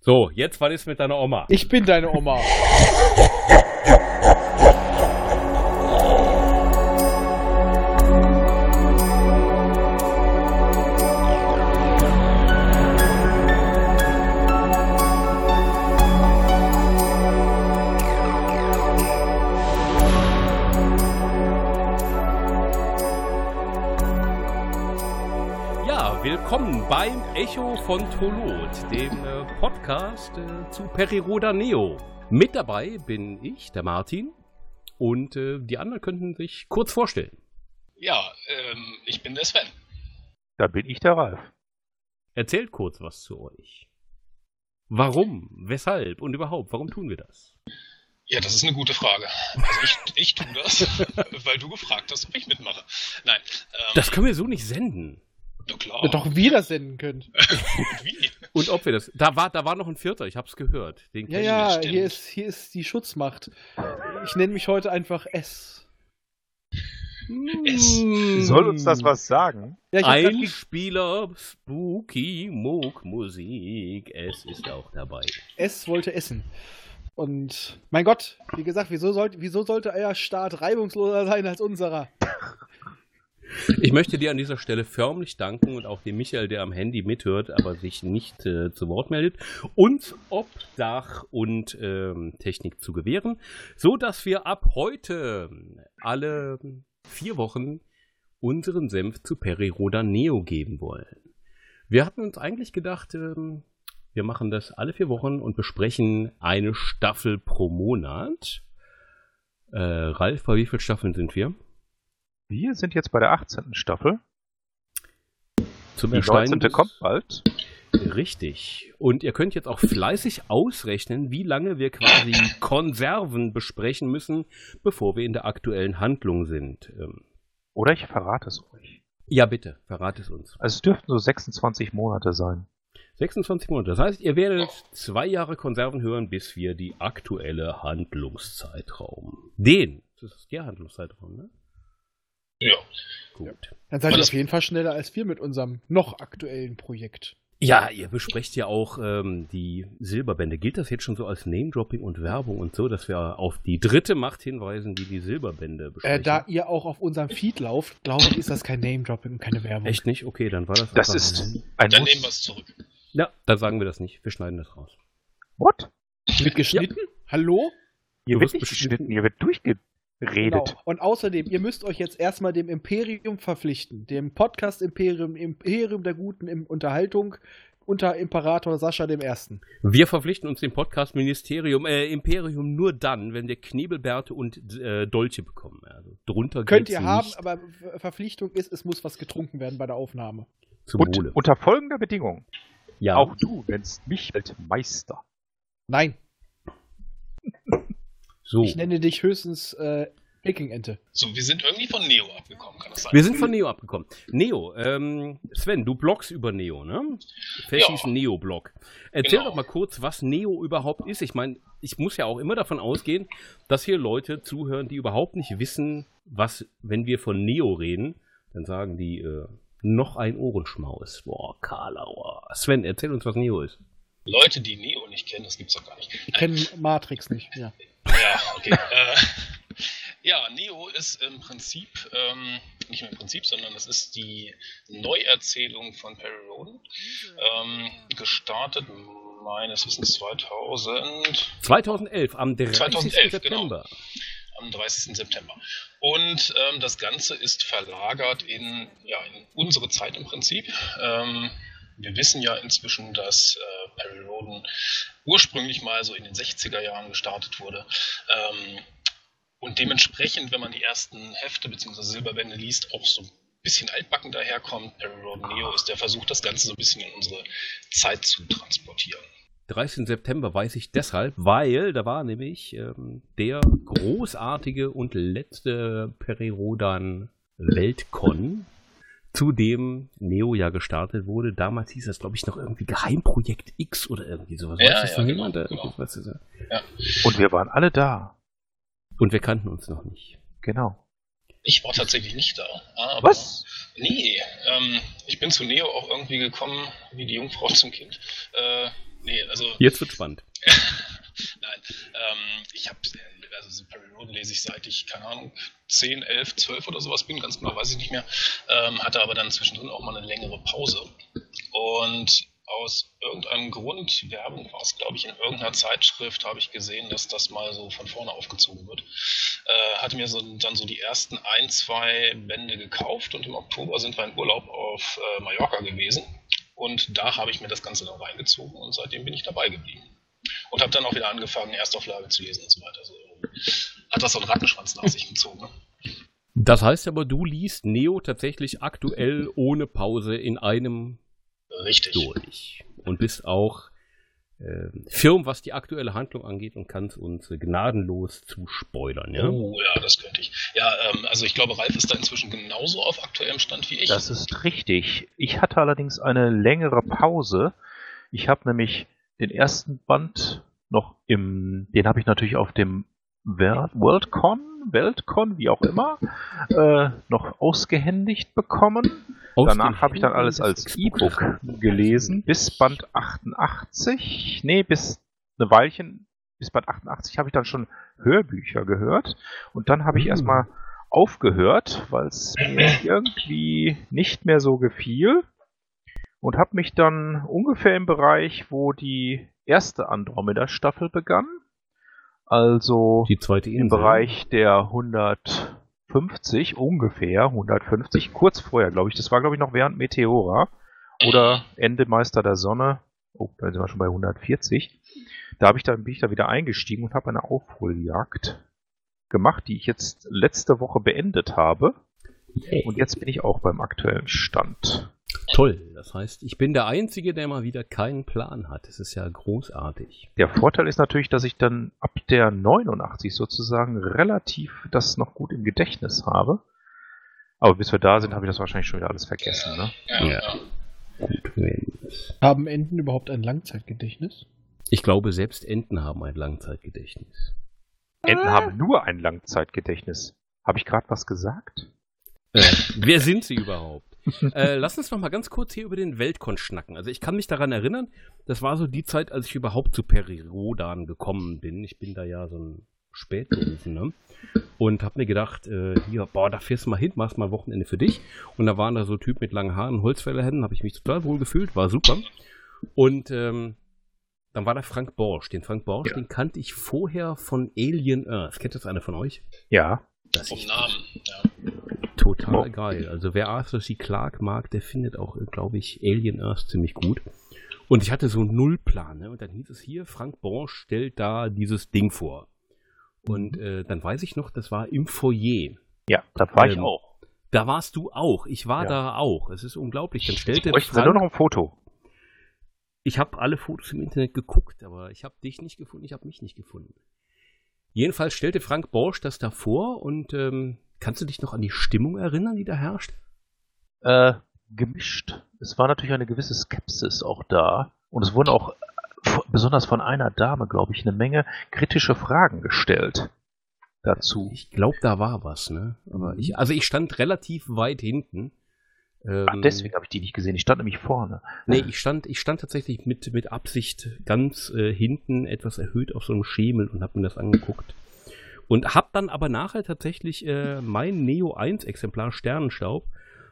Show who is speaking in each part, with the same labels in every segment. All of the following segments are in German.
Speaker 1: So, jetzt was ist mit deiner Oma?
Speaker 2: Ich bin deine Oma.
Speaker 1: Ja, willkommen beim Echo von Tolot, dem äh, Podcast äh, zu Periroda Neo. Mit dabei bin ich, der Martin, und äh, die anderen könnten sich kurz vorstellen.
Speaker 3: Ja, ähm, ich bin der Sven.
Speaker 4: Da bin ich der Ralf.
Speaker 1: Erzählt kurz was zu euch. Warum? Weshalb? Und überhaupt, warum tun wir das?
Speaker 3: Ja, das ist eine gute Frage. Also ich, ich tue das, weil du gefragt hast, ob ich mitmache. Nein. Ähm,
Speaker 1: Das können wir so nicht senden.
Speaker 3: na klar.
Speaker 2: Doch wir das senden könnt.
Speaker 3: Wie?
Speaker 1: Und ob wir das. Da war, da war noch ein Vierter, ich hab's gehört. Den
Speaker 2: Ja,
Speaker 1: kenn
Speaker 2: ja,
Speaker 3: stimmt.
Speaker 2: hier ist, hier ist die Schutzmacht. Ich nenne mich heute einfach S.
Speaker 3: Es
Speaker 1: ich.
Speaker 4: Soll uns das was sagen?
Speaker 2: Ja, ich hab grad
Speaker 1: Ein
Speaker 2: ge-
Speaker 1: Spieler Spooky Moog Musik. Es ist auch dabei.
Speaker 2: S wollte essen. Und mein Gott, wie gesagt, wieso, sollt, wieso sollte euer Staat reibungsloser sein als unserer?
Speaker 1: Ich möchte dir an dieser Stelle förmlich danken und auch dem Michael, der am Handy mithört, aber sich nicht äh, zu Wort meldet, uns Obdach und ähm, Technik zu gewähren, so dass wir ab heute alle vier Wochen unseren Senf zu Periroda Neo geben wollen. Wir hatten uns eigentlich gedacht, ähm, wir machen das alle vier Wochen und besprechen eine Staffel pro Monat. Äh, Ralf, bei wie vielen Staffeln sind wir?
Speaker 4: Wir sind jetzt bei der 18. Staffel.
Speaker 1: Zum
Speaker 4: Die
Speaker 1: Erscheinen
Speaker 4: 19.
Speaker 1: des-
Speaker 4: kommt bald.
Speaker 1: Richtig. Und ihr könnt jetzt auch fleißig ausrechnen, wie lange wir quasi Konserven besprechen müssen, bevor wir in der aktuellen Handlung sind. Ähm,
Speaker 4: Oder ich verrate es euch.
Speaker 1: ja, bitte, verrat es uns.
Speaker 4: Also es dürften so 26 Monate sein.
Speaker 1: 26 Monate. Das heißt, ihr werdet zwei Jahre Konserven hören, bis wir die aktuelle Handlungszeitraum. Den. Das ist der Handlungszeitraum, ne?
Speaker 3: Ja.
Speaker 1: Gut.
Speaker 2: Dann seid
Speaker 3: Und
Speaker 2: ihr
Speaker 3: das-
Speaker 2: auf jeden Fall schneller als wir mit unserem noch aktuellen Projekt.
Speaker 1: Ja, ihr besprecht ja auch ähm, die Silberbände. Gilt das jetzt schon so als Name-Dropping und Werbung und so, dass wir auf die dritte Macht hinweisen, die die Silberbände besprechen?
Speaker 2: Äh, da ihr auch auf unserem Feed lauft, glaube ich, ist das kein Name-Dropping und keine Werbung.
Speaker 1: Echt nicht? Okay, dann war das.
Speaker 4: Das
Speaker 1: einfach-
Speaker 4: ist ein
Speaker 3: Dann nehmen wir
Speaker 4: Muss.
Speaker 3: es zurück.
Speaker 1: Ja, dann sagen wir das nicht. Wir schneiden das raus.
Speaker 4: What?
Speaker 2: Wird geschnitten? Hallo?
Speaker 4: Hier
Speaker 1: Du
Speaker 4: wird
Speaker 1: wirst
Speaker 4: nicht
Speaker 1: bestimmt-
Speaker 4: geschnitten, hier wird durchgeredet.
Speaker 2: Genau. Und außerdem, ihr müsst euch jetzt erstmal dem Imperium verpflichten. Dem Podcast Imperium, Imperium der guten Im Unterhaltung unter Imperator Sascha dem Ersten.
Speaker 1: Wir verpflichten uns dem Podcast Ministerium, äh, Imperium nur dann, wenn wir Knebelbärte und äh, Dolche bekommen. Also drunter
Speaker 2: Könnt
Speaker 1: geht's
Speaker 2: ihr haben,
Speaker 1: nicht
Speaker 2: aber Ver- Verpflichtung ist, es muss was getrunken werden bei der Aufnahme.
Speaker 1: zum
Speaker 4: Und
Speaker 1: Wohle.
Speaker 4: unter folgender Bedingung.
Speaker 1: ja,
Speaker 4: Auch du nennst mich Weltmeister.
Speaker 2: Nein,
Speaker 1: so.
Speaker 2: ich nenne dich höchstens äh, Ente.
Speaker 3: So, wir sind irgendwie von Neo abgekommen, kann das sein?
Speaker 1: Wir sind von Neo abgekommen. Neo, ähm, Sven, du bloggst über Neo, ne? Fashis
Speaker 3: Ja.
Speaker 1: Neo-Blog. Erzähl
Speaker 3: Genau.
Speaker 1: doch mal kurz, was Neo überhaupt ist. Ich meine, ich muss ja auch immer davon ausgehen, dass hier Leute zuhören, die überhaupt nicht wissen, was, wenn wir von Neo reden, dann sagen die, äh, noch ein Ohrenschmaus. Boah, Karlauer. Sven, erzähl uns, was Neo ist.
Speaker 3: Leute, die Neo nicht kennen, das gibt's doch gar nicht.
Speaker 2: Ich kenne Matrix nicht. Ja.
Speaker 3: Ja, okay. äh, ja, Neo ist im Prinzip, ähm, nicht mehr im Prinzip, sondern es ist die Neuerzählung von Perry Roden. Ähm, gestartet meines Wissens 2000.
Speaker 1: 2011, am 30.
Speaker 3: 2011,
Speaker 1: September.
Speaker 3: am 30. September. Und ähm, das Ganze ist verlagert in, ja, in unsere Zeit im Prinzip. Ähm, wir wissen ja inzwischen, dass äh, Perry Roden ursprünglich mal so in den 60er Jahren gestartet wurde. Ähm, und dementsprechend, wenn man die ersten Hefte bzw. Silberbände liest, auch so ein bisschen altbacken daherkommt. Perry Roden Neo ist der Versuch, das Ganze so ein bisschen in unsere Zeit zu transportieren.
Speaker 1: 13. September weiß ich deshalb, weil da war nämlich ähm, der großartige und letzte Perirodan Weltcon, zu dem Neo ja gestartet wurde. Damals hieß das, glaube ich, noch irgendwie Geheimprojekt X oder irgendwie sowas.
Speaker 3: Ja,
Speaker 1: Weiß das
Speaker 3: ja,
Speaker 1: noch
Speaker 3: genau,
Speaker 1: jemand? Äh,
Speaker 3: genau.
Speaker 1: was ist das?
Speaker 4: Und wir waren alle da.
Speaker 1: Und wir kannten uns noch nicht.
Speaker 4: Genau.
Speaker 3: Ich war tatsächlich nicht da. Aber
Speaker 4: Was?
Speaker 3: Nee, ähm, ich bin zu Neo auch irgendwie gekommen, wie die Jungfrau zum Kind. Äh, Nee, also
Speaker 1: Jetzt wird spannend.
Speaker 3: Nein, ähm, ich habe, also so Perry Roden lese ich seit ich, keine Ahnung, 10, 11, 12 oder sowas bin, ganz genau weiß ich nicht mehr, ähm, hatte aber dann zwischendrin auch mal eine längere Pause. Und aus irgendeinem Grund, Werbung war es, glaube ich, in irgendeiner Zeitschrift habe ich gesehen, dass das mal so von vorne aufgezogen wird. Äh, hatte mir so, dann so die ersten ein, zwei Bände gekauft und im Oktober sind wir in Urlaub auf äh, Mallorca gewesen. Und da habe ich mir das Ganze dann reingezogen und seitdem bin ich dabei geblieben. Und habe dann auch wieder angefangen, Erstauflage zu lesen und so weiter. Also, hat das so einen Rattenschwanz nach sich gezogen. ne?
Speaker 1: Das heißt aber, du liest Neo tatsächlich aktuell ohne Pause in einem
Speaker 3: Äh, Richtig.
Speaker 1: durch. Und bist auch äh, firm, was die aktuelle Handlung angeht und kannst uns äh, gnadenlos zuspoilern. Ja?
Speaker 3: Oh ja, das könnte ich. Ja, ähm, also ich glaube, Ralf ist da inzwischen genauso auf aktuellem Stand wie ich.
Speaker 4: Das ist richtig. Ich hatte allerdings eine längere Pause. Ich habe nämlich den ersten Band noch im, den habe ich natürlich auf dem Wer- Worldcon, Weltcon, wie auch immer, äh, noch ausgehändigt bekommen.
Speaker 1: Aus
Speaker 4: Danach
Speaker 1: den
Speaker 4: habe ich dann
Speaker 1: Händen
Speaker 4: alles
Speaker 1: des
Speaker 4: als
Speaker 1: Xbox.
Speaker 4: E-Book gelesen. Bis Band 88, nee, bis eine Weilchen, bis Band 88 habe ich dann schon Hörbücher gehört. Und dann habe ich
Speaker 1: Hm.
Speaker 4: erstmal aufgehört, weil es mir irgendwie nicht mehr so gefiel. Und habe mich dann ungefähr im Bereich, wo die erste Andromeda-Staffel begann, also
Speaker 1: Die zweite Insel.
Speaker 4: im Bereich der 150 ungefähr, 150, kurz vorher, glaube ich. Das war, glaube ich, noch während Meteora oder Ende Meister der Sonne. Oh, da sind wir schon bei 140. Da habe ich dann, bin ich da wieder eingestiegen und habe eine Aufholjagd gemacht, die ich jetzt letzte Woche beendet habe. Und jetzt bin ich auch beim aktuellen Stand.
Speaker 1: Toll. Das heißt, ich bin der Einzige, der mal wieder keinen Plan hat. Das ist ja großartig.
Speaker 4: Der Vorteil ist natürlich, dass ich dann ab der 89 sozusagen relativ das noch gut im Gedächtnis habe. Aber bis wir da sind, habe ich das wahrscheinlich schon wieder alles vergessen. Ne?
Speaker 3: ja,
Speaker 1: Ja.
Speaker 3: ja.
Speaker 1: Gut, wenn-
Speaker 2: Haben Enten überhaupt ein Langzeitgedächtnis?
Speaker 1: Ich glaube, selbst Enten haben ein Langzeitgedächtnis.
Speaker 4: Enten haben nur ein Langzeitgedächtnis. Habe ich gerade was gesagt?
Speaker 1: Äh, wer sind sie überhaupt? äh, lass uns noch mal ganz kurz hier über den Weltkon schnacken. Also ich kann mich daran erinnern, das war so die Zeit, als ich überhaupt zu Perirodan gekommen bin. Ich bin da ja so ein Spätgerufen, ne? Und hab mir gedacht, äh, hier, boah, da fährst du mal hin, machst mal ein Wochenende für dich. Und da waren da so Typen mit langen Haaren und Holzfällerhänden, habe ich mich total wohl gefühlt, war super. Und ähm, dann war da Frank Borsch. Den Frank Borsch, den kannte ich vorher von Alien Earth. Kennt das einer von euch?
Speaker 4: Ja.
Speaker 1: Das
Speaker 3: Vom Namen. Ja.
Speaker 1: Total
Speaker 4: Oh.
Speaker 1: geil. Also wer Arthur C. Clarke mag, der findet auch, glaube ich, Alien Earth ziemlich gut. Und ich hatte so einen Nullplan. Ne? Und dann hieß es hier, Frank Borsch stellt da dieses Ding vor. Und
Speaker 4: Mhm.
Speaker 1: äh, dann weiß ich noch, das war im Foyer.
Speaker 4: Ja, da war ich
Speaker 1: Ähm,
Speaker 4: auch.
Speaker 1: Da warst du auch. Ich war
Speaker 4: Ja.
Speaker 1: da auch. Es ist unglaublich. Dann
Speaker 4: Jetzt
Speaker 1: stellte
Speaker 4: bräuchten wir nur
Speaker 1: Frank,
Speaker 4: noch ein Foto.
Speaker 1: ich habe alle Fotos im Internet geguckt, aber ich habe dich nicht gefunden, ich habe mich nicht gefunden. Jedenfalls stellte Frank Borsch das da vor und ähm, kannst du dich noch an die Stimmung erinnern, die da herrscht?
Speaker 4: Äh, gemischt. Es war natürlich eine gewisse Skepsis auch da. Und es wurden auch äh, v- besonders von einer Dame, glaube ich, eine Menge kritische Fragen gestellt dazu.
Speaker 1: Ich glaube, da war was, ne? Aber ich, also ich stand relativ weit hinten. Ähm,
Speaker 4: Ach, deswegen habe ich die nicht gesehen. Ich stand nämlich vorne.
Speaker 1: Nee, ich stand, ich stand tatsächlich mit, mit Absicht ganz äh, hinten etwas erhöht auf so einem Schemel und habe mir das angeguckt. Und habe dann aber nachher tatsächlich äh, mein Neo 1 Exemplar Sternenstaub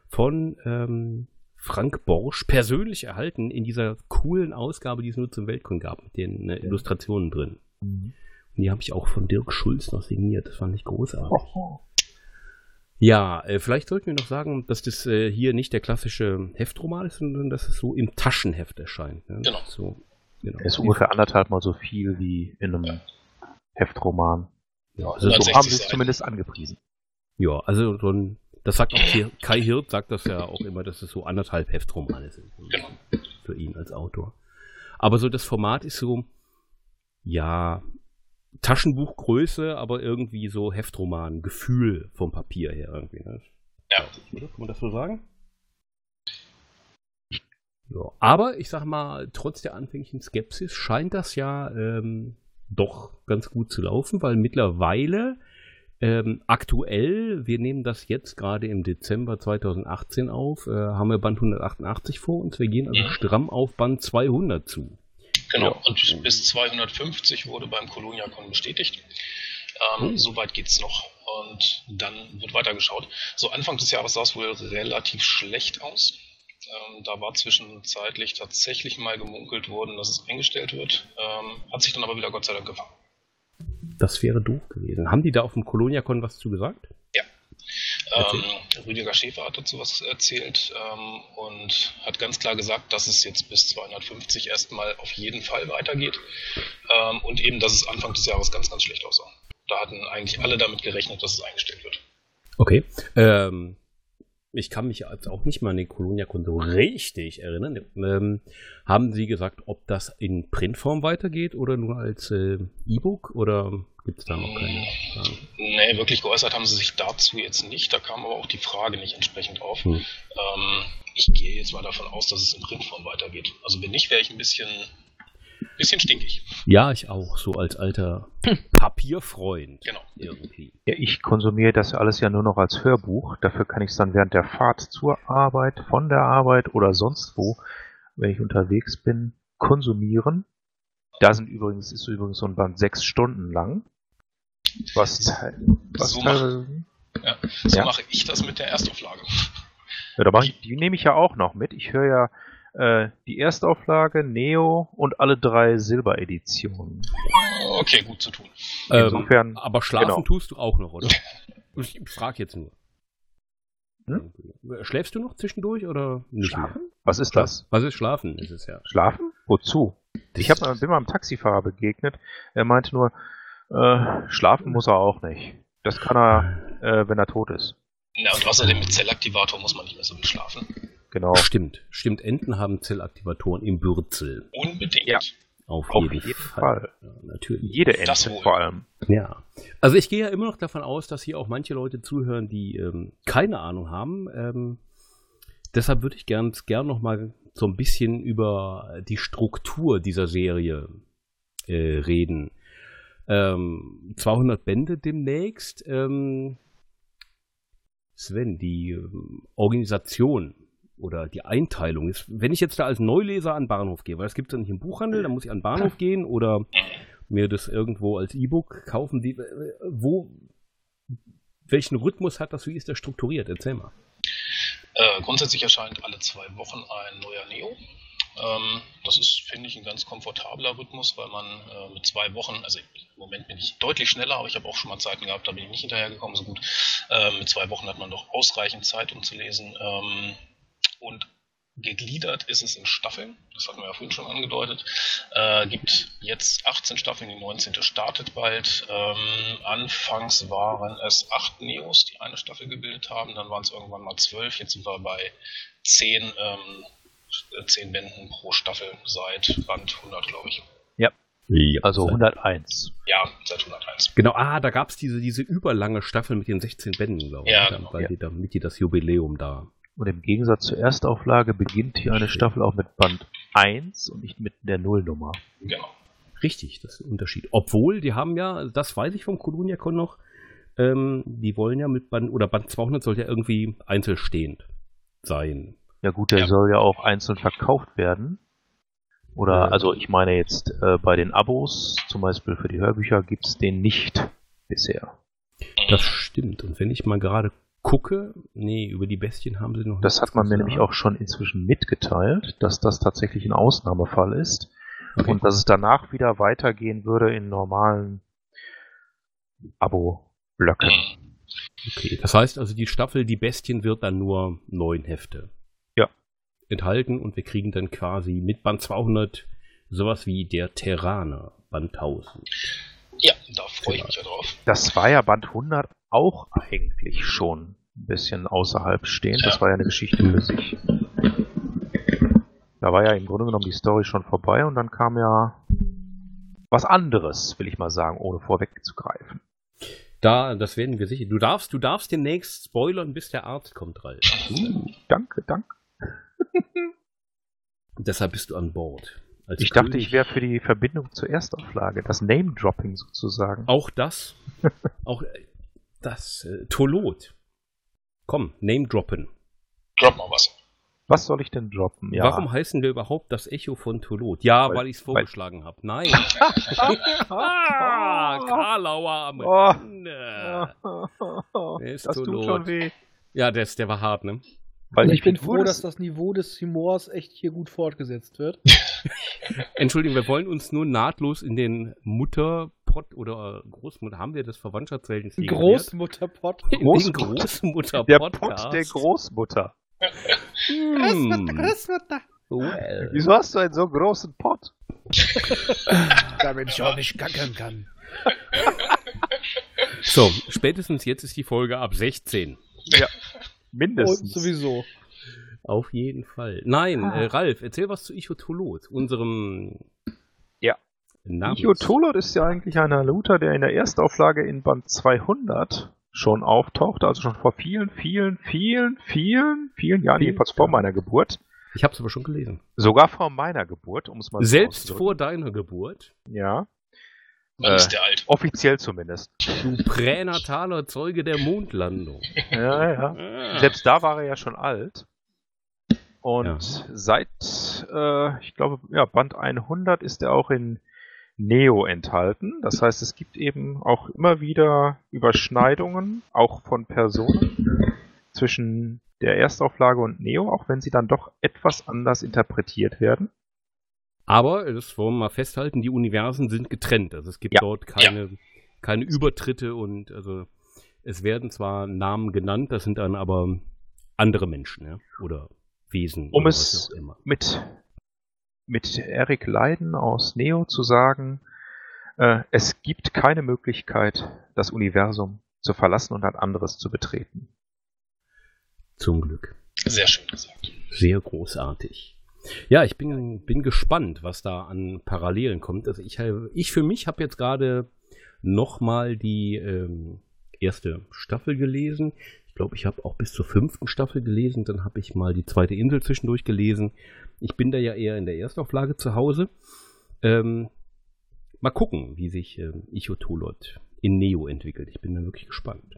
Speaker 1: von ähm, Frank Borsch persönlich erhalten in dieser coolen Ausgabe, die es nur zum Weltkund gab, mit den äh, Illustrationen drin. Und die habe ich auch von Dirk Schulz noch signiert. Das fand ich großartig. Ja, äh, vielleicht sollten wir noch sagen, dass das äh, hier nicht der klassische Heftroman ist, sondern dass es so im Taschenheft erscheint. Ne?
Speaker 3: Genau.
Speaker 1: So, genau.
Speaker 4: Er ist ungefähr anderthalb Mal so viel wie in einem Heftroman.
Speaker 1: Ja,
Speaker 4: Also
Speaker 1: also,
Speaker 4: so haben sie
Speaker 3: 160
Speaker 4: es
Speaker 3: Seiten.
Speaker 4: zumindest angepriesen.
Speaker 1: ja, also so ein, das sagt auch hier, Kai Hirt sagt das ja auch immer, dass es so anderthalb Heftromane sind.
Speaker 3: Genau.
Speaker 1: Für ihn als Autor. Aber so das Format ist so, ja, Taschenbuchgröße, aber irgendwie so Heftroman-Gefühl vom Papier her irgendwie. Ne?
Speaker 3: Ja.
Speaker 1: Oder? Kann man das so sagen? Ja, aber ich sag mal, trotz der anfänglichen Skepsis scheint das ja ähm, doch ganz gut zu laufen, weil mittlerweile ähm, aktuell, wir nehmen das jetzt gerade im Dezember 2018 auf, äh, haben wir Band 188 vor uns. Wir gehen also
Speaker 3: Mhm.
Speaker 1: stramm auf Band 200 zu.
Speaker 3: Genau, und bis 250 wurde beim Koloniakon bestätigt. Ähm, So weit geht's noch. Und dann wird weitergeschaut. So Anfang des Jahres sah es wohl relativ schlecht aus. Ähm, da war zwischenzeitlich tatsächlich mal gemunkelt worden, dass es eingestellt wird. Ähm, hat sich dann aber wieder Gott sei Dank gefangen.
Speaker 1: Das wäre doof gewesen. Haben die da auf dem Koloniakon was zu gesagt?
Speaker 3: Ähm, Rüdiger Schäfer hat dazu was erzählt ähm, und hat ganz klar gesagt, dass es jetzt bis 250 erstmal auf jeden Fall weitergeht ähm, und eben, dass es Anfang des Jahres ganz, ganz schlecht aussah. Da hatten eigentlich alle damit gerechnet, dass es eingestellt wird.
Speaker 1: Okay. Ähm, ich kann mich jetzt auch nicht mal an den Koloniakon so richtig erinnern. Ähm, haben Sie gesagt, ob das in Printform weitergeht oder nur als äh, E-Book oder gibt es da noch keine? Fragen?
Speaker 3: Ähm, Nee, wirklich geäußert haben sie sich dazu jetzt nicht. Da kam aber auch die Frage nicht entsprechend auf.
Speaker 1: Hm.
Speaker 3: Ähm, ich gehe jetzt mal davon aus, dass es in Printform weitergeht. Also wenn nicht, wäre ich ein bisschen, bisschen stinkig.
Speaker 1: Ja, ich auch, so als alter
Speaker 4: Hm.
Speaker 1: Papierfreund
Speaker 3: Genau.
Speaker 1: irgendwie.
Speaker 4: Ja, ich konsumiere das ja alles ja nur noch als Hörbuch. Dafür kann ich es dann während der Fahrt zur Arbeit, von der Arbeit oder sonst wo, wenn ich unterwegs bin, konsumieren. Da sind übrigens, ist übrigens so ein Band sechs Stunden lang. Was, te- was
Speaker 3: So
Speaker 4: teilweise-
Speaker 3: Ja. So
Speaker 4: Ja.
Speaker 3: mache ich das mit der Erstauflage.
Speaker 4: ja, da mach ich, die nehme ich ja auch noch mit. Ich höre ja äh, die Erstauflage, Neo und alle drei Silbereditionen.
Speaker 3: Okay, gut zu tun.
Speaker 4: Insofern-
Speaker 1: Ähm, aber schlafen
Speaker 4: genau.
Speaker 1: tust du auch noch, oder? Ich frage jetzt nur.
Speaker 4: Hm?
Speaker 1: Schläfst du noch zwischendurch oder nicht mehr?
Speaker 4: Was ist das?
Speaker 1: Was ist Schlafen? Ist es ja.
Speaker 4: Schlafen? Wozu? Ich hab, mal- bin mal einem Taxifahrer begegnet. Er meinte nur, äh, schlafen muss er auch nicht. Das kann er, äh, wenn er tot ist.
Speaker 3: Na, und außerdem mit Zellaktivator muss man nicht mehr so viel schlafen.
Speaker 4: Genau.
Speaker 1: Stimmt, stimmt. Enten haben Zellaktivatoren im Bürzel.
Speaker 3: Unbedingt.
Speaker 4: Ja.
Speaker 1: Auf,
Speaker 4: Auf
Speaker 1: jeden,
Speaker 4: jeden
Speaker 1: Fall.
Speaker 4: Fall.
Speaker 1: Ja, natürlich.
Speaker 4: Jede Ente
Speaker 3: Das wohl.
Speaker 4: vor allem.
Speaker 1: Ja. Also ich gehe ja immer noch davon aus, dass hier auch manche Leute zuhören, die ähm, keine Ahnung haben. Ähm, deshalb würde ich ganz gern noch mal so ein bisschen über die Struktur dieser Serie äh, reden. Ähm, 200 Bände demnächst. Ähm, Sven, die ähm, Organisation oder die Einteilung ist, wenn ich jetzt da als Neuleser an den Bahnhof gehe, weil das gibt es ja nicht im Buchhandel, dann muss ich an den Bahnhof gehen oder mir das irgendwo als E-Book kaufen. Wie, äh, wo, welchen Rhythmus hat das? Wie ist das strukturiert? Erzähl mal.
Speaker 3: Äh, grundsätzlich erscheint alle zwei Wochen ein neuer Neo. Ähm, das ist, finde ich, ein ganz komfortabler Rhythmus, weil man äh, mit zwei Wochen, also im Moment bin ich deutlich schneller, aber ich habe auch schon mal Zeiten gehabt, da bin ich nicht hinterhergekommen so gut. Ähm, mit zwei Wochen hat man doch ausreichend Zeit, um zu lesen. Ähm, und gegliedert ist es in Staffeln, das hatten wir ja vorhin schon angedeutet. Äh, gibt jetzt 18 Staffeln, die 19. startet bald. Ähm, anfangs waren es 8 Neos, die eine Staffel gebildet haben, dann waren es irgendwann mal 12, jetzt sind wir bei 10, ähm, 10 Bänden pro Staffel seit Band 100, glaube ich.
Speaker 4: Also 101.
Speaker 3: Ja, seit 101.
Speaker 1: Genau, ah, da gab es diese, diese überlange Staffel mit den 16 Bänden, glaube ich.
Speaker 3: Ja,
Speaker 1: dann,
Speaker 3: genau,
Speaker 1: weil
Speaker 4: ja.
Speaker 1: Die, damit die das Jubiläum da.
Speaker 4: Und im Gegensatz zur Erstauflage beginnt hier eine Staffel auch mit Band 1 und nicht mit der Nullnummer.
Speaker 3: Genau.
Speaker 1: Richtig, das ist ein Unterschied. Obwohl, die haben ja, das weiß ich vom Koloniakon noch, ähm, die wollen ja mit Band, oder Band 200 sollte ja irgendwie einzelstehend sein.
Speaker 4: Ja gut, der
Speaker 3: Ja.
Speaker 4: soll ja auch einzeln verkauft werden. Oder,
Speaker 1: Ja.
Speaker 4: also ich meine jetzt äh, bei den Abos, zum Beispiel für die Hörbücher, gibt es den nicht bisher.
Speaker 1: Das stimmt. Und wenn ich mal gerade gucke, nee, über die Bestien haben sie noch
Speaker 4: Das
Speaker 1: nichts
Speaker 4: hat man mir
Speaker 1: gesagt.
Speaker 4: nämlich auch schon inzwischen mitgeteilt, dass das tatsächlich ein Ausnahmefall ist
Speaker 1: Okay.
Speaker 4: und dass es danach wieder weitergehen würde in normalen Abo-Blöcken.
Speaker 1: Okay, das heißt also, die Staffel Die Bestien wird dann nur neun Hefte.
Speaker 4: Ja.
Speaker 1: Enthalten und wir kriegen dann quasi mit Band 200 sowas wie der Terraner, Band 1000.
Speaker 3: Ja, da freue ich mich ja drauf.
Speaker 4: Das war ja Band 100 auch eigentlich schon ein bisschen außerhalb stehend. Das
Speaker 3: Ja.
Speaker 4: war ja eine Geschichte für sich. Da war ja im Grunde genommen die Story schon vorbei und dann kam ja was anderes, will ich mal sagen, ohne vorwegzugreifen.
Speaker 1: Da, das werden wir sicher. Du darfst, du darfst demnächst spoilern, bis der Arzt kommt, Ralf.
Speaker 4: Danke, danke.
Speaker 1: Deshalb bist du an Bord. Als
Speaker 4: Ich dachte,
Speaker 1: König-
Speaker 4: ich wäre für die Verbindung zur Erstauflage, das Name-Dropping sozusagen.
Speaker 1: Auch das, auch äh, das, äh, Tolot. Komm, Name droppen.
Speaker 3: Drop mal was.
Speaker 4: Was soll ich denn droppen? Ja.
Speaker 1: Warum heißen wir überhaupt das Echo von Tolot? Ja, weil,
Speaker 4: Weil-
Speaker 1: ich es vorgeschlagen habe. Nein. ah, Karlauer am
Speaker 4: Oh.
Speaker 1: Rande. ist
Speaker 4: das
Speaker 1: so
Speaker 4: tut
Speaker 1: lot.
Speaker 4: schon weh.
Speaker 1: Ja, der, ist- der war hart, ne?
Speaker 4: Weil
Speaker 2: ich, bin
Speaker 4: finde,
Speaker 2: froh, dass das Niveau des Humors echt hier gut fortgesetzt wird.
Speaker 1: Entschuldigung, wir wollen uns nur nahtlos in den Mutterpott oder Großmutter. Haben wir das Verwandtschaftsverhältnis hier geklärt?
Speaker 2: Großmutterpott.
Speaker 1: In den
Speaker 4: Großmutter-
Speaker 1: Großmutter
Speaker 4: der Pott der Großmutter.
Speaker 1: Großmutter.
Speaker 2: Großmutter.
Speaker 1: Well.
Speaker 4: Wieso hast du einen so großen Pott?
Speaker 2: Damit ich auch nicht gackern kann.
Speaker 1: So, spätestens jetzt ist die Folge ab 16.
Speaker 2: Und
Speaker 4: Mindestens.
Speaker 2: sowieso.
Speaker 1: Auf jeden Fall. Nein, äh, Ralf, erzähl was zu Ichotolot, unserem
Speaker 4: Ja.
Speaker 1: Namen.
Speaker 4: Ichotolot ist ja eigentlich ein Haluter, der in der Erstauflage in Band 200 schon auftauchte, also schon vor vielen, vielen, vielen, vielen, vielen Jahren,
Speaker 1: Vielen
Speaker 4: jedenfalls vor
Speaker 1: Jahren.
Speaker 4: meiner Geburt.
Speaker 1: Ich hab's aber schon gelesen.
Speaker 4: Sogar vor meiner Geburt, um es mal so
Speaker 1: Selbst
Speaker 4: auszudrücken.
Speaker 1: vor deiner Geburt,
Speaker 4: Ja,
Speaker 3: Man
Speaker 4: Äh.
Speaker 3: ist der alt.
Speaker 4: offiziell zumindest.
Speaker 1: du pränataler Zeuge der Mondlandung.
Speaker 4: Ja, ja. Selbst da war er ja schon alt. Und
Speaker 1: Ja.
Speaker 4: seit, äh, ich glaube, ja, Band 100 ist er auch in Neo enthalten. Das heißt, es gibt eben auch immer wieder Überschneidungen, auch von Personen, zwischen der Erstauflage und Neo, auch wenn sie dann doch etwas anders interpretiert werden.
Speaker 1: Aber, das wollen wir mal festhalten, die Universen sind getrennt. Also es gibt
Speaker 4: Ja.
Speaker 1: dort keine, keine Übertritte und also es werden zwar Namen genannt, das sind dann aber andere Menschen, ja? Oder Wesen
Speaker 4: Um
Speaker 1: oder
Speaker 4: es-
Speaker 1: was auch immer.
Speaker 4: Mit, mit Eric Leiden aus Neo zu sagen, äh, es gibt keine Möglichkeit, das Universum zu verlassen und ein anderes zu betreten.
Speaker 1: Zum Glück.
Speaker 3: Sehr schön gesagt.
Speaker 1: Sehr großartig. Ja, ich bin, bin gespannt, was da an Parallelen kommt. Also ich, habe- ich für mich habe jetzt gerade nochmal die ähm, erste Staffel gelesen. Ich glaube, ich habe auch bis zur fünften Staffel gelesen. Dann habe ich mal die zweite Insel zwischendurch gelesen. Ich bin da ja eher in der Erstauflage zu Hause. Ähm, mal gucken, wie sich ähm, Ichotolot in Neo entwickelt. Ich bin da wirklich gespannt.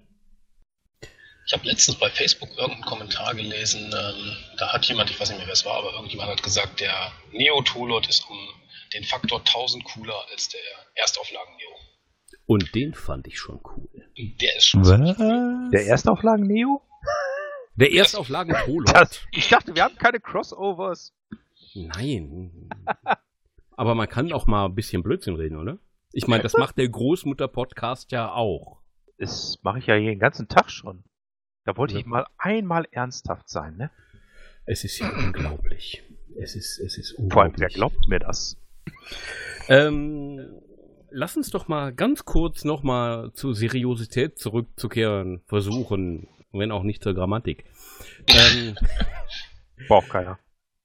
Speaker 3: Ich habe letztens bei Facebook irgendeinen Kommentar gelesen, ähm, da hat jemand, ich weiß nicht mehr wer es war, aber irgendjemand hat gesagt, der Neo-Tolot ist um den Faktor 1000 cooler als der Erstauflagen-Neo.
Speaker 1: Und den fand ich schon cool.
Speaker 3: Der ist schon so
Speaker 4: Der Erstauflagen Neo?
Speaker 1: Der Erstauflagen Tolot.
Speaker 4: Das, ich dachte, wir haben keine Crossovers.
Speaker 1: Nein. Aber man kann auch mal ein bisschen Blödsinn reden, oder? Ich meine, das macht der Großmutter-Podcast ja auch.
Speaker 4: Das mache ich ja hier den ganzen Tag schon. Da wollte
Speaker 1: Ja.
Speaker 4: ich mal einmal ernsthaft sein, ne?
Speaker 1: Es ist ja unglaublich. Es ist, es ist unglaublich.
Speaker 4: Vor allem, wer glaubt mir das?
Speaker 1: Ähm, lass uns doch mal ganz kurz nochmal zur Seriosität zurückzukehren, versuchen, wenn auch nicht zur Grammatik. Ähm,
Speaker 4: Braucht keiner.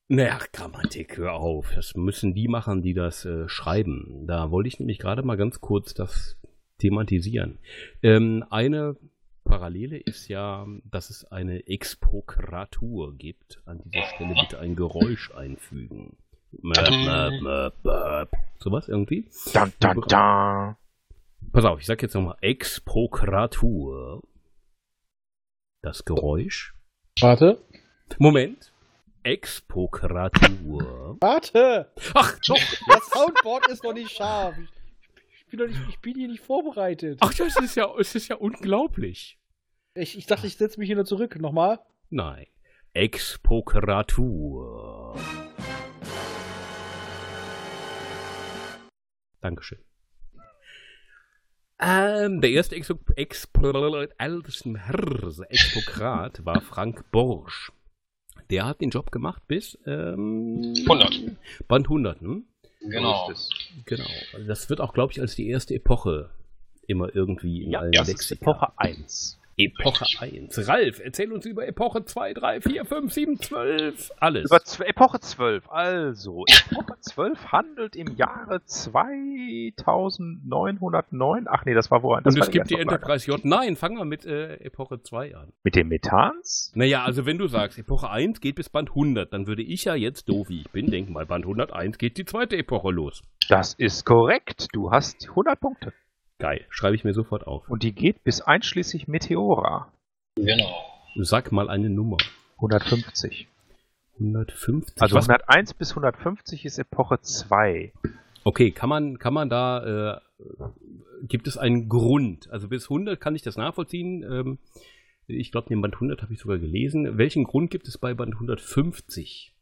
Speaker 1: Naja, Grammatik, hör auf. Das müssen die machen, die das äh, schreiben. Da wollte ich nämlich gerade mal ganz kurz das thematisieren. Ähm, eine Parallele ist ja, dass es eine Exprokratur gibt. An dieser Stelle bitte ein Geräusch einfügen. Möp, möp, möp, möp. Sowas irgendwie?
Speaker 4: Dun, dun, dun.
Speaker 1: Pass auf, ich sag jetzt nochmal Exprokratur. Das Geräusch.
Speaker 2: Warte.
Speaker 1: Moment. Exprokratur.
Speaker 2: Warte!
Speaker 1: Ach,
Speaker 2: Doch, das Soundboard ist noch nicht scharf. Ich bin, doch nicht, ich bin hier nicht vorbereitet.
Speaker 1: Ach, das ist ja, es ist ja unglaublich.
Speaker 2: Ich, ich dachte, ich setze mich hier nur zurück. Nochmal.
Speaker 1: Nein. Expokratur. Dankeschön. Ähm, der erste Ex Expokrat war Frank Borsch. Der hat den Job gemacht bis ähm,
Speaker 3: 100.
Speaker 1: Band 100, ne?
Speaker 3: Genau.
Speaker 4: So Mhm. ist es.
Speaker 1: Genau. Also Das wird auch, glaube ich, als die erste Epoche immer irgendwie in
Speaker 4: Ja,
Speaker 1: allen
Speaker 4: das ist
Speaker 1: Lexika.
Speaker 4: Epoche 1.
Speaker 1: Epoche 1. Ralf, erzähl uns über Epoche 2, 3, 4, 5, 7, 12. Alles.
Speaker 4: Über zw- Epoche 12, also. Epoche 12 handelt im Jahre 2909. Ach nee, das war wohl. das
Speaker 1: Und
Speaker 4: war
Speaker 1: es gibt die
Speaker 4: Erstauflage.
Speaker 1: Enterprise J. Nein, fangen wir mit äh, Epoche 2 an.
Speaker 4: Mit den Methans?
Speaker 1: Naja, also wenn du sagst, Epoche 1 geht bis Band 100, dann würde ich ja jetzt, doof wie ich bin, denken, bei Band 101 geht die zweite Epoche los.
Speaker 4: Das ist korrekt. Du hast 100 Punkte.
Speaker 1: Geil, schreibe ich mir sofort auf.
Speaker 4: Und die geht bis einschließlich Meteora.
Speaker 3: Genau.
Speaker 1: Sag mal eine Nummer.
Speaker 4: 150.
Speaker 1: 150.
Speaker 4: Also
Speaker 1: Was-
Speaker 4: 101 bis 150 ist Epoche 2.
Speaker 1: Okay, kann man, kann man da, äh, gibt es einen Grund? Also bis 100 kann ich das nachvollziehen. Ähm, ich glaube, den Band 100 habe ich sogar gelesen. Welchen Grund gibt es bei Band 150?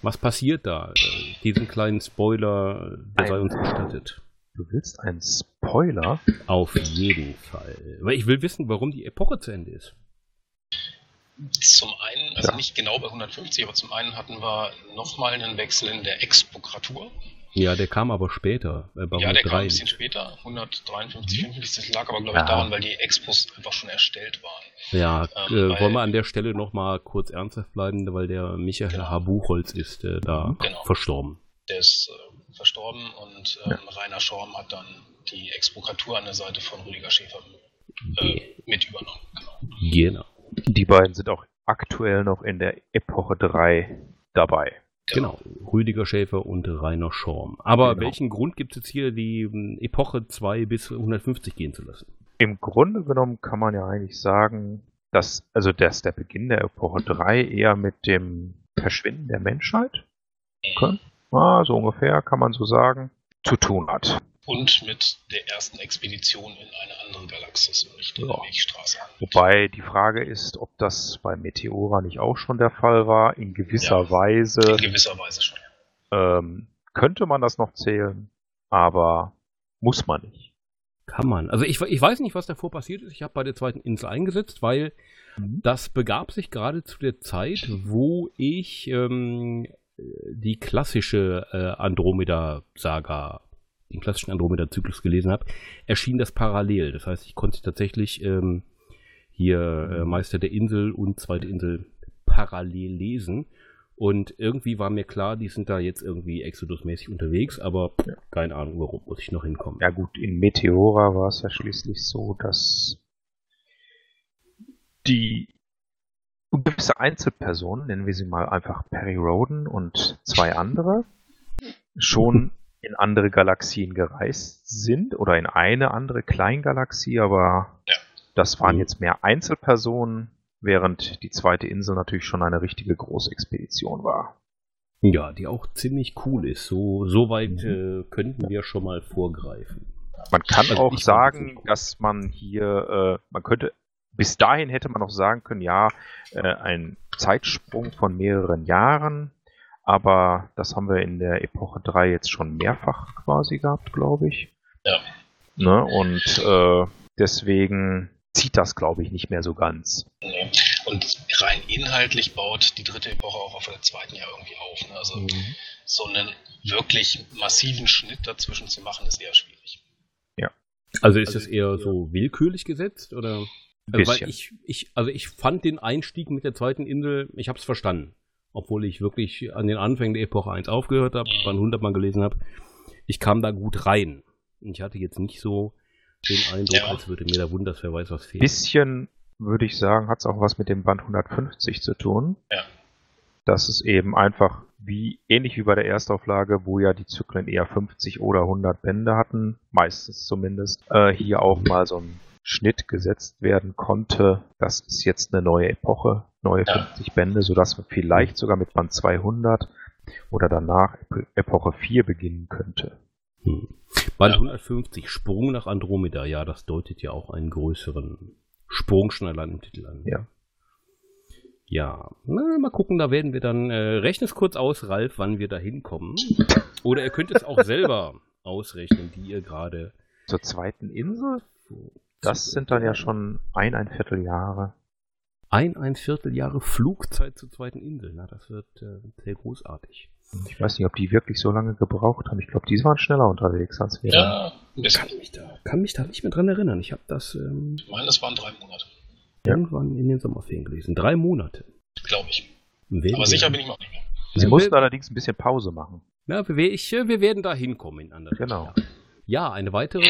Speaker 1: Was passiert da? Äh, diesen kleinen Spoiler, der sei
Speaker 4: Ein-
Speaker 1: uns gestattet.
Speaker 4: Du willst einen Spoiler?
Speaker 1: Auf jeden Fall. Weil ich will wissen, warum die Epoche zu Ende ist.
Speaker 3: Zum einen, also
Speaker 4: Ja.
Speaker 3: nicht genau bei 150, aber zum einen hatten wir nochmal einen Wechsel in der Exprokratur.
Speaker 1: Ja, der kam aber später. Äh, bei
Speaker 3: Ja, der kam ein bisschen
Speaker 1: 103.
Speaker 3: später, 153, 55. Das lag aber, glaube ich,
Speaker 4: Mhm. Ja.
Speaker 3: daran, weil die Expos einfach schon erstellt waren.
Speaker 1: Ja,
Speaker 3: Ähm,
Speaker 1: äh,
Speaker 3: weil-
Speaker 1: wollen wir an der Stelle nochmal kurz ernsthaft bleiben, weil der Michael
Speaker 3: Genau.
Speaker 1: H. Buchholz ist äh, da
Speaker 3: Genau.
Speaker 1: verstorben.
Speaker 3: Der ist äh, verstorben und ähm, Rainer Schorm hat dann die Exprokratur an der Seite von Rüdiger Schäfer äh, mit übernommen. Genau.
Speaker 1: Genau.
Speaker 4: Die beiden sind auch aktuell noch in der Epoche 3 dabei.
Speaker 1: Genau, Rüdiger Schäfer und Rainer Schorm. Aber
Speaker 4: Genau.
Speaker 1: welchen Grund gibt es jetzt hier, die ähm, Epoche 2 bis 150 gehen zu lassen?
Speaker 4: Im Grunde genommen kann man ja eigentlich sagen, dass, also dass der Beginn der Epoche 3 eher mit dem Verschwinden der Menschheit, okay. ah, so ungefähr kann man so sagen, zu tun hat.
Speaker 3: Und mit der ersten Expedition in eine andere Galaxis und nicht in
Speaker 4: Ja.
Speaker 3: der Milchstraße.
Speaker 4: Wobei die Frage ist, ob das bei Meteora nicht auch schon der Fall war. In gewisser
Speaker 3: Ja.
Speaker 4: Weise
Speaker 3: In gewisser Weise schon.
Speaker 4: ähm, könnte man das noch zählen, aber muss man nicht.
Speaker 1: Kann man. Also ich, ich weiß nicht, was davor passiert ist. Ich habe bei der zweiten Insel eingesetzt, weil das begab sich gerade zu der Zeit, wo ich ähm, die klassische äh, Andromeda-Saga, den klassischen Andromeda-Zyklus gelesen habe, erschien das parallel. Das heißt, ich konnte tatsächlich ähm, hier äh, Meister der Insel und Zweite Insel parallel lesen. Und irgendwie war mir klar, die sind da jetzt irgendwie Exodus-mäßig unterwegs, aber pff, keine Ahnung, warum muss ich noch hinkommen.
Speaker 4: Ja gut, in Meteora war es ja schließlich so, dass die gewisse Einzelpersonen, nennen wir sie mal einfach Perry Roden und zwei andere, schon in andere Galaxien gereist sind oder in eine andere Kleingalaxie, aber
Speaker 3: Ja.
Speaker 4: das waren
Speaker 1: Mhm.
Speaker 4: jetzt mehr Einzelpersonen, während die zweite Insel natürlich schon eine richtige große Expedition war.
Speaker 1: Ja, die auch ziemlich cool ist. So, so weit äh, könnten wir schon mal vorgreifen.
Speaker 4: Man kann
Speaker 1: Also
Speaker 4: auch
Speaker 1: ich fand das
Speaker 4: sagen,
Speaker 1: nicht
Speaker 4: dass man hier, äh, man könnte, bis dahin hätte man auch sagen können, ja, äh, ein Zeitsprung von mehreren Jahren, aber das haben wir in der Epoche 3 jetzt schon mehrfach quasi gehabt, glaube ich.
Speaker 3: Ja.
Speaker 4: Ne? Und äh, deswegen zieht das, glaube ich, nicht mehr so ganz.
Speaker 3: Nee. Und rein inhaltlich baut die dritte Epoche auch auf der zweiten ja irgendwie auf. Ne?
Speaker 1: Mhm.
Speaker 3: Also
Speaker 4: Mhm.
Speaker 3: so einen wirklich massiven Schnitt dazwischen zu machen, ist eher schwierig.
Speaker 1: Also ist
Speaker 2: Also
Speaker 1: das eher
Speaker 2: ja.
Speaker 1: so willkürlich gesetzt oder?
Speaker 4: Ein
Speaker 1: Also, weil
Speaker 4: bisschen.
Speaker 1: ich, ich, also ich fand den Einstieg mit der zweiten Insel, ich habe es verstanden, obwohl ich wirklich an den Anfängen der Epoche 1 aufgehört habe, beim 100 Mal gelesen habe. Ich kam da gut rein. Und ich hatte jetzt nicht so den Eindruck,
Speaker 3: Ja.
Speaker 1: als würde mir da Wundersverweis was fehlen.
Speaker 4: bisschen, würde ich sagen, hat es auch was mit dem Band 150 zu tun.
Speaker 3: Ja.
Speaker 4: Dass es eben einfach, wie ähnlich wie bei der Erstauflage, wo ja die Zyklen eher 50 oder 100 Bände hatten, meistens zumindest, äh, hier auch mal so ein Schnitt gesetzt werden konnte. Das ist jetzt eine neue Epoche, neue
Speaker 3: Ja.
Speaker 4: 50 Bände, sodass wir vielleicht sogar mit Band 200 oder danach Ep- Epoche 4 beginnen könnte.
Speaker 1: Hm. Band
Speaker 3: Ja.
Speaker 1: 150, Sprung nach Andromeda, ja, das deutet ja auch einen größeren Sprung schon allein im Titel an.
Speaker 4: Ja.
Speaker 1: Ja, na, mal gucken, da werden wir dann, äh, rechne es kurz aus, Ralf, wann wir da hinkommen. Oder ihr könnt es auch selber ausrechnen, die ihr gerade.
Speaker 4: Zur zweiten Insel? Das sind dann ja schon ein, ein Jahre.
Speaker 1: Ein, ein Viertel Jahre Flugzeit zur zweiten Insel, na, das wird äh, sehr großartig.
Speaker 4: Ich weiß nicht, ob die wirklich so lange gebraucht haben. Ich glaube, die waren schneller unterwegs als wir.
Speaker 3: ein
Speaker 1: Kann
Speaker 3: bisschen.
Speaker 1: mich da, kann mich da nicht mehr dran erinnern. Ich habe das ähm,
Speaker 3: Ich meine, das waren drei Monate,
Speaker 4: Ja.
Speaker 1: irgendwann in den Sommerferien gelesen. Drei Monate.
Speaker 3: glaube ich.
Speaker 1: Werden
Speaker 3: Aber
Speaker 1: wir-
Speaker 3: sicher bin ich mir auch nicht mehr.
Speaker 4: Sie
Speaker 1: Ja,
Speaker 4: mussten
Speaker 1: wir-
Speaker 4: allerdings ein bisschen Pause machen.
Speaker 1: Na, wir, ich, äh, wir werden da hinkommen in anderen
Speaker 4: Genau.
Speaker 1: Jahren. Ja, eine weitere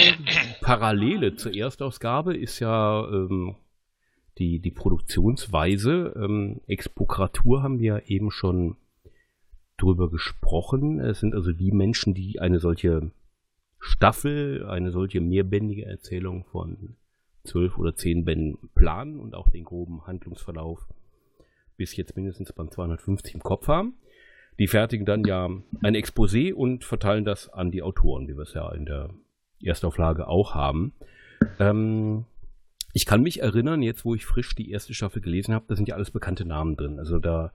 Speaker 1: Parallele zur Erstausgabe ist ja ähm, die, die Produktionsweise. Ähm, Expokratur haben wir eben schon drüber gesprochen. Es sind also die Menschen, die eine solche Staffel, eine solche mehrbändige Erzählung von zwölf oder zehn Bänden planen und auch den groben Handlungsverlauf bis jetzt mindestens beim 250 im Kopf haben. Die fertigen dann ja ein Exposé und verteilen das an die Autoren, wie wir es ja in der Erstauflage auch haben. Ähm, ich kann mich erinnern, jetzt wo ich frisch die erste Staffel gelesen habe, da sind ja alles bekannte Namen drin. Also da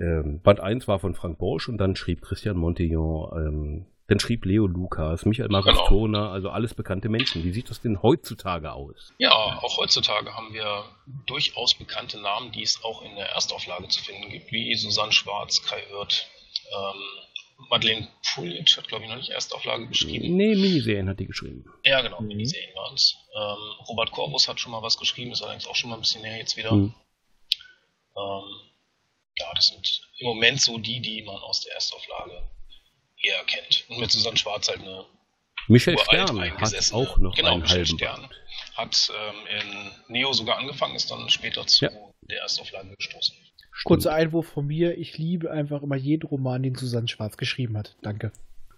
Speaker 1: ähm, Band 1 war von Frank Borsch und dann schrieb Christian Montillon, ähm, dann schrieb Leo Lukas, Michael Marastona, also alles bekannte Menschen. Wie sieht das denn heutzutage aus?
Speaker 3: Ja, auch heutzutage haben wir durchaus bekannte Namen, die es auch in der Erstauflage zu finden gibt, wie Susanne Schwarz, Kai Wirth, ähm, Madeleine Pulitsch hat, glaube ich, noch nicht Erstauflage geschrieben.
Speaker 1: Nee, Miniserien hat die geschrieben.
Speaker 3: Ja, genau, Miniserien waren es. Ähm, Robert Corbus hat schon mal was geschrieben, ist allerdings auch schon mal ein bisschen her jetzt wieder.
Speaker 1: Mhm.
Speaker 3: Ähm, ja, das sind im Moment so die, die man aus der Erstauflage eher kennt. Und mit Susanne Schwarz halt eine
Speaker 1: Michael
Speaker 3: uralt
Speaker 1: Stern hat
Speaker 3: eingesessene.
Speaker 1: auch noch
Speaker 3: genau,
Speaker 1: einen
Speaker 3: Michel
Speaker 1: halben
Speaker 3: Stern.
Speaker 1: Band.
Speaker 3: Hat ähm, in Neo sogar angefangen, ist dann später zu
Speaker 1: Ja.
Speaker 3: der Erstauflage gestoßen.
Speaker 2: Kurzer Einwurf von mir. Ich liebe einfach immer jeden Roman, den Susanne Schwarz geschrieben hat. Danke.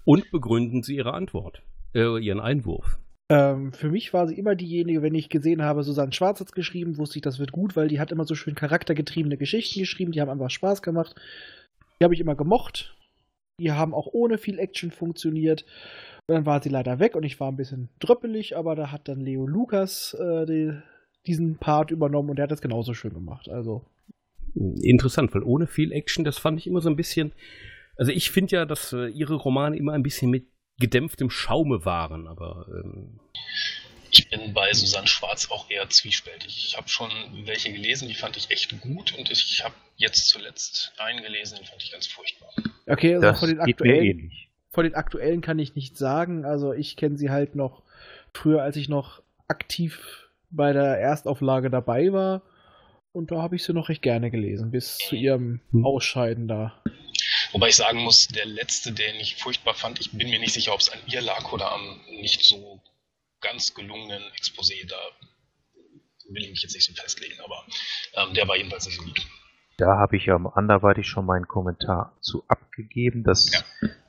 Speaker 1: Und begründen Sie Ihre Antwort, äh, Ihren Einwurf.
Speaker 2: Ähm, für mich war sie immer diejenige, wenn ich gesehen habe, Susanne Schwarz hat's geschrieben, wusste ich, das wird gut, weil die hat immer so schön charaktergetriebene Geschichten geschrieben, die haben einfach Spaß gemacht. Die habe ich immer gemocht. Die haben auch ohne viel Action funktioniert. Und dann war sie leider weg und ich war ein bisschen dröppelig, aber da hat dann Leo Lukas äh, die, diesen Part übernommen und der hat das genauso schön gemacht. Also,
Speaker 1: Hm, Interessant, weil ohne viel Action, das fand ich immer so ein bisschen. Also ich finde ja, dass äh, Ihre Romane immer ein bisschen mit gedämpftem Schaume waren, aber ähm,
Speaker 3: Ich bin bei Susanne Schwarz auch eher zwiespältig. Ich habe schon welche gelesen, die fand ich echt gut und ich habe jetzt zuletzt einen gelesen, den fand ich ganz furchtbar.
Speaker 2: okay, also
Speaker 4: Das
Speaker 2: von den
Speaker 4: geht mir
Speaker 2: aktuellen
Speaker 4: ähnlich.
Speaker 2: Von den aktuellen kann ich nichts sagen. Also ich kenne sie halt noch früher, als ich noch aktiv bei der Erstauflage dabei war. Und da habe ich sie noch recht gerne gelesen, bis zu ihrem
Speaker 1: Hm.
Speaker 2: Ausscheiden da.
Speaker 3: Wobei ich sagen muss, der letzte, den ich furchtbar fand, ich bin mir nicht sicher, ob es an ihr lag oder am nicht so ganz gelungenen Exposé. Da will ich mich jetzt nicht so festlegen, aber ähm, der war jedenfalls nicht so gut.
Speaker 4: Da habe ich ja anderweitig schon meinen Kommentar zu abgegeben. Das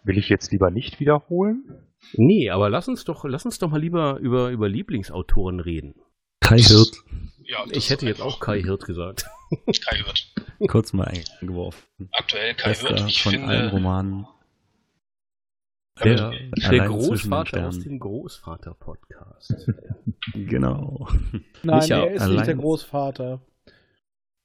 Speaker 4: will ich jetzt lieber nicht wiederholen.
Speaker 1: nee, aber lass uns doch, lass uns doch mal lieber über, über Lieblingsautoren reden. Kai Hirt.
Speaker 3: Ja, das
Speaker 1: Ich hätte
Speaker 3: ist
Speaker 1: jetzt auch Kai Hirt gesagt.
Speaker 3: Kai Wirth.
Speaker 5: Kurz mal eingeworfen.
Speaker 3: Aktuell Kai
Speaker 5: Bester
Speaker 3: Wirth. Ich
Speaker 5: von allen
Speaker 3: finde, Äh,
Speaker 5: Romanen.
Speaker 1: Der,
Speaker 5: Allein
Speaker 1: der
Speaker 5: zwischen den
Speaker 1: Großvater
Speaker 5: Sternen.
Speaker 1: aus dem Großvater-Podcast.
Speaker 5: Genau.
Speaker 2: Nein,
Speaker 5: Micha,
Speaker 2: er ist nicht
Speaker 5: allein-
Speaker 2: der Großvater.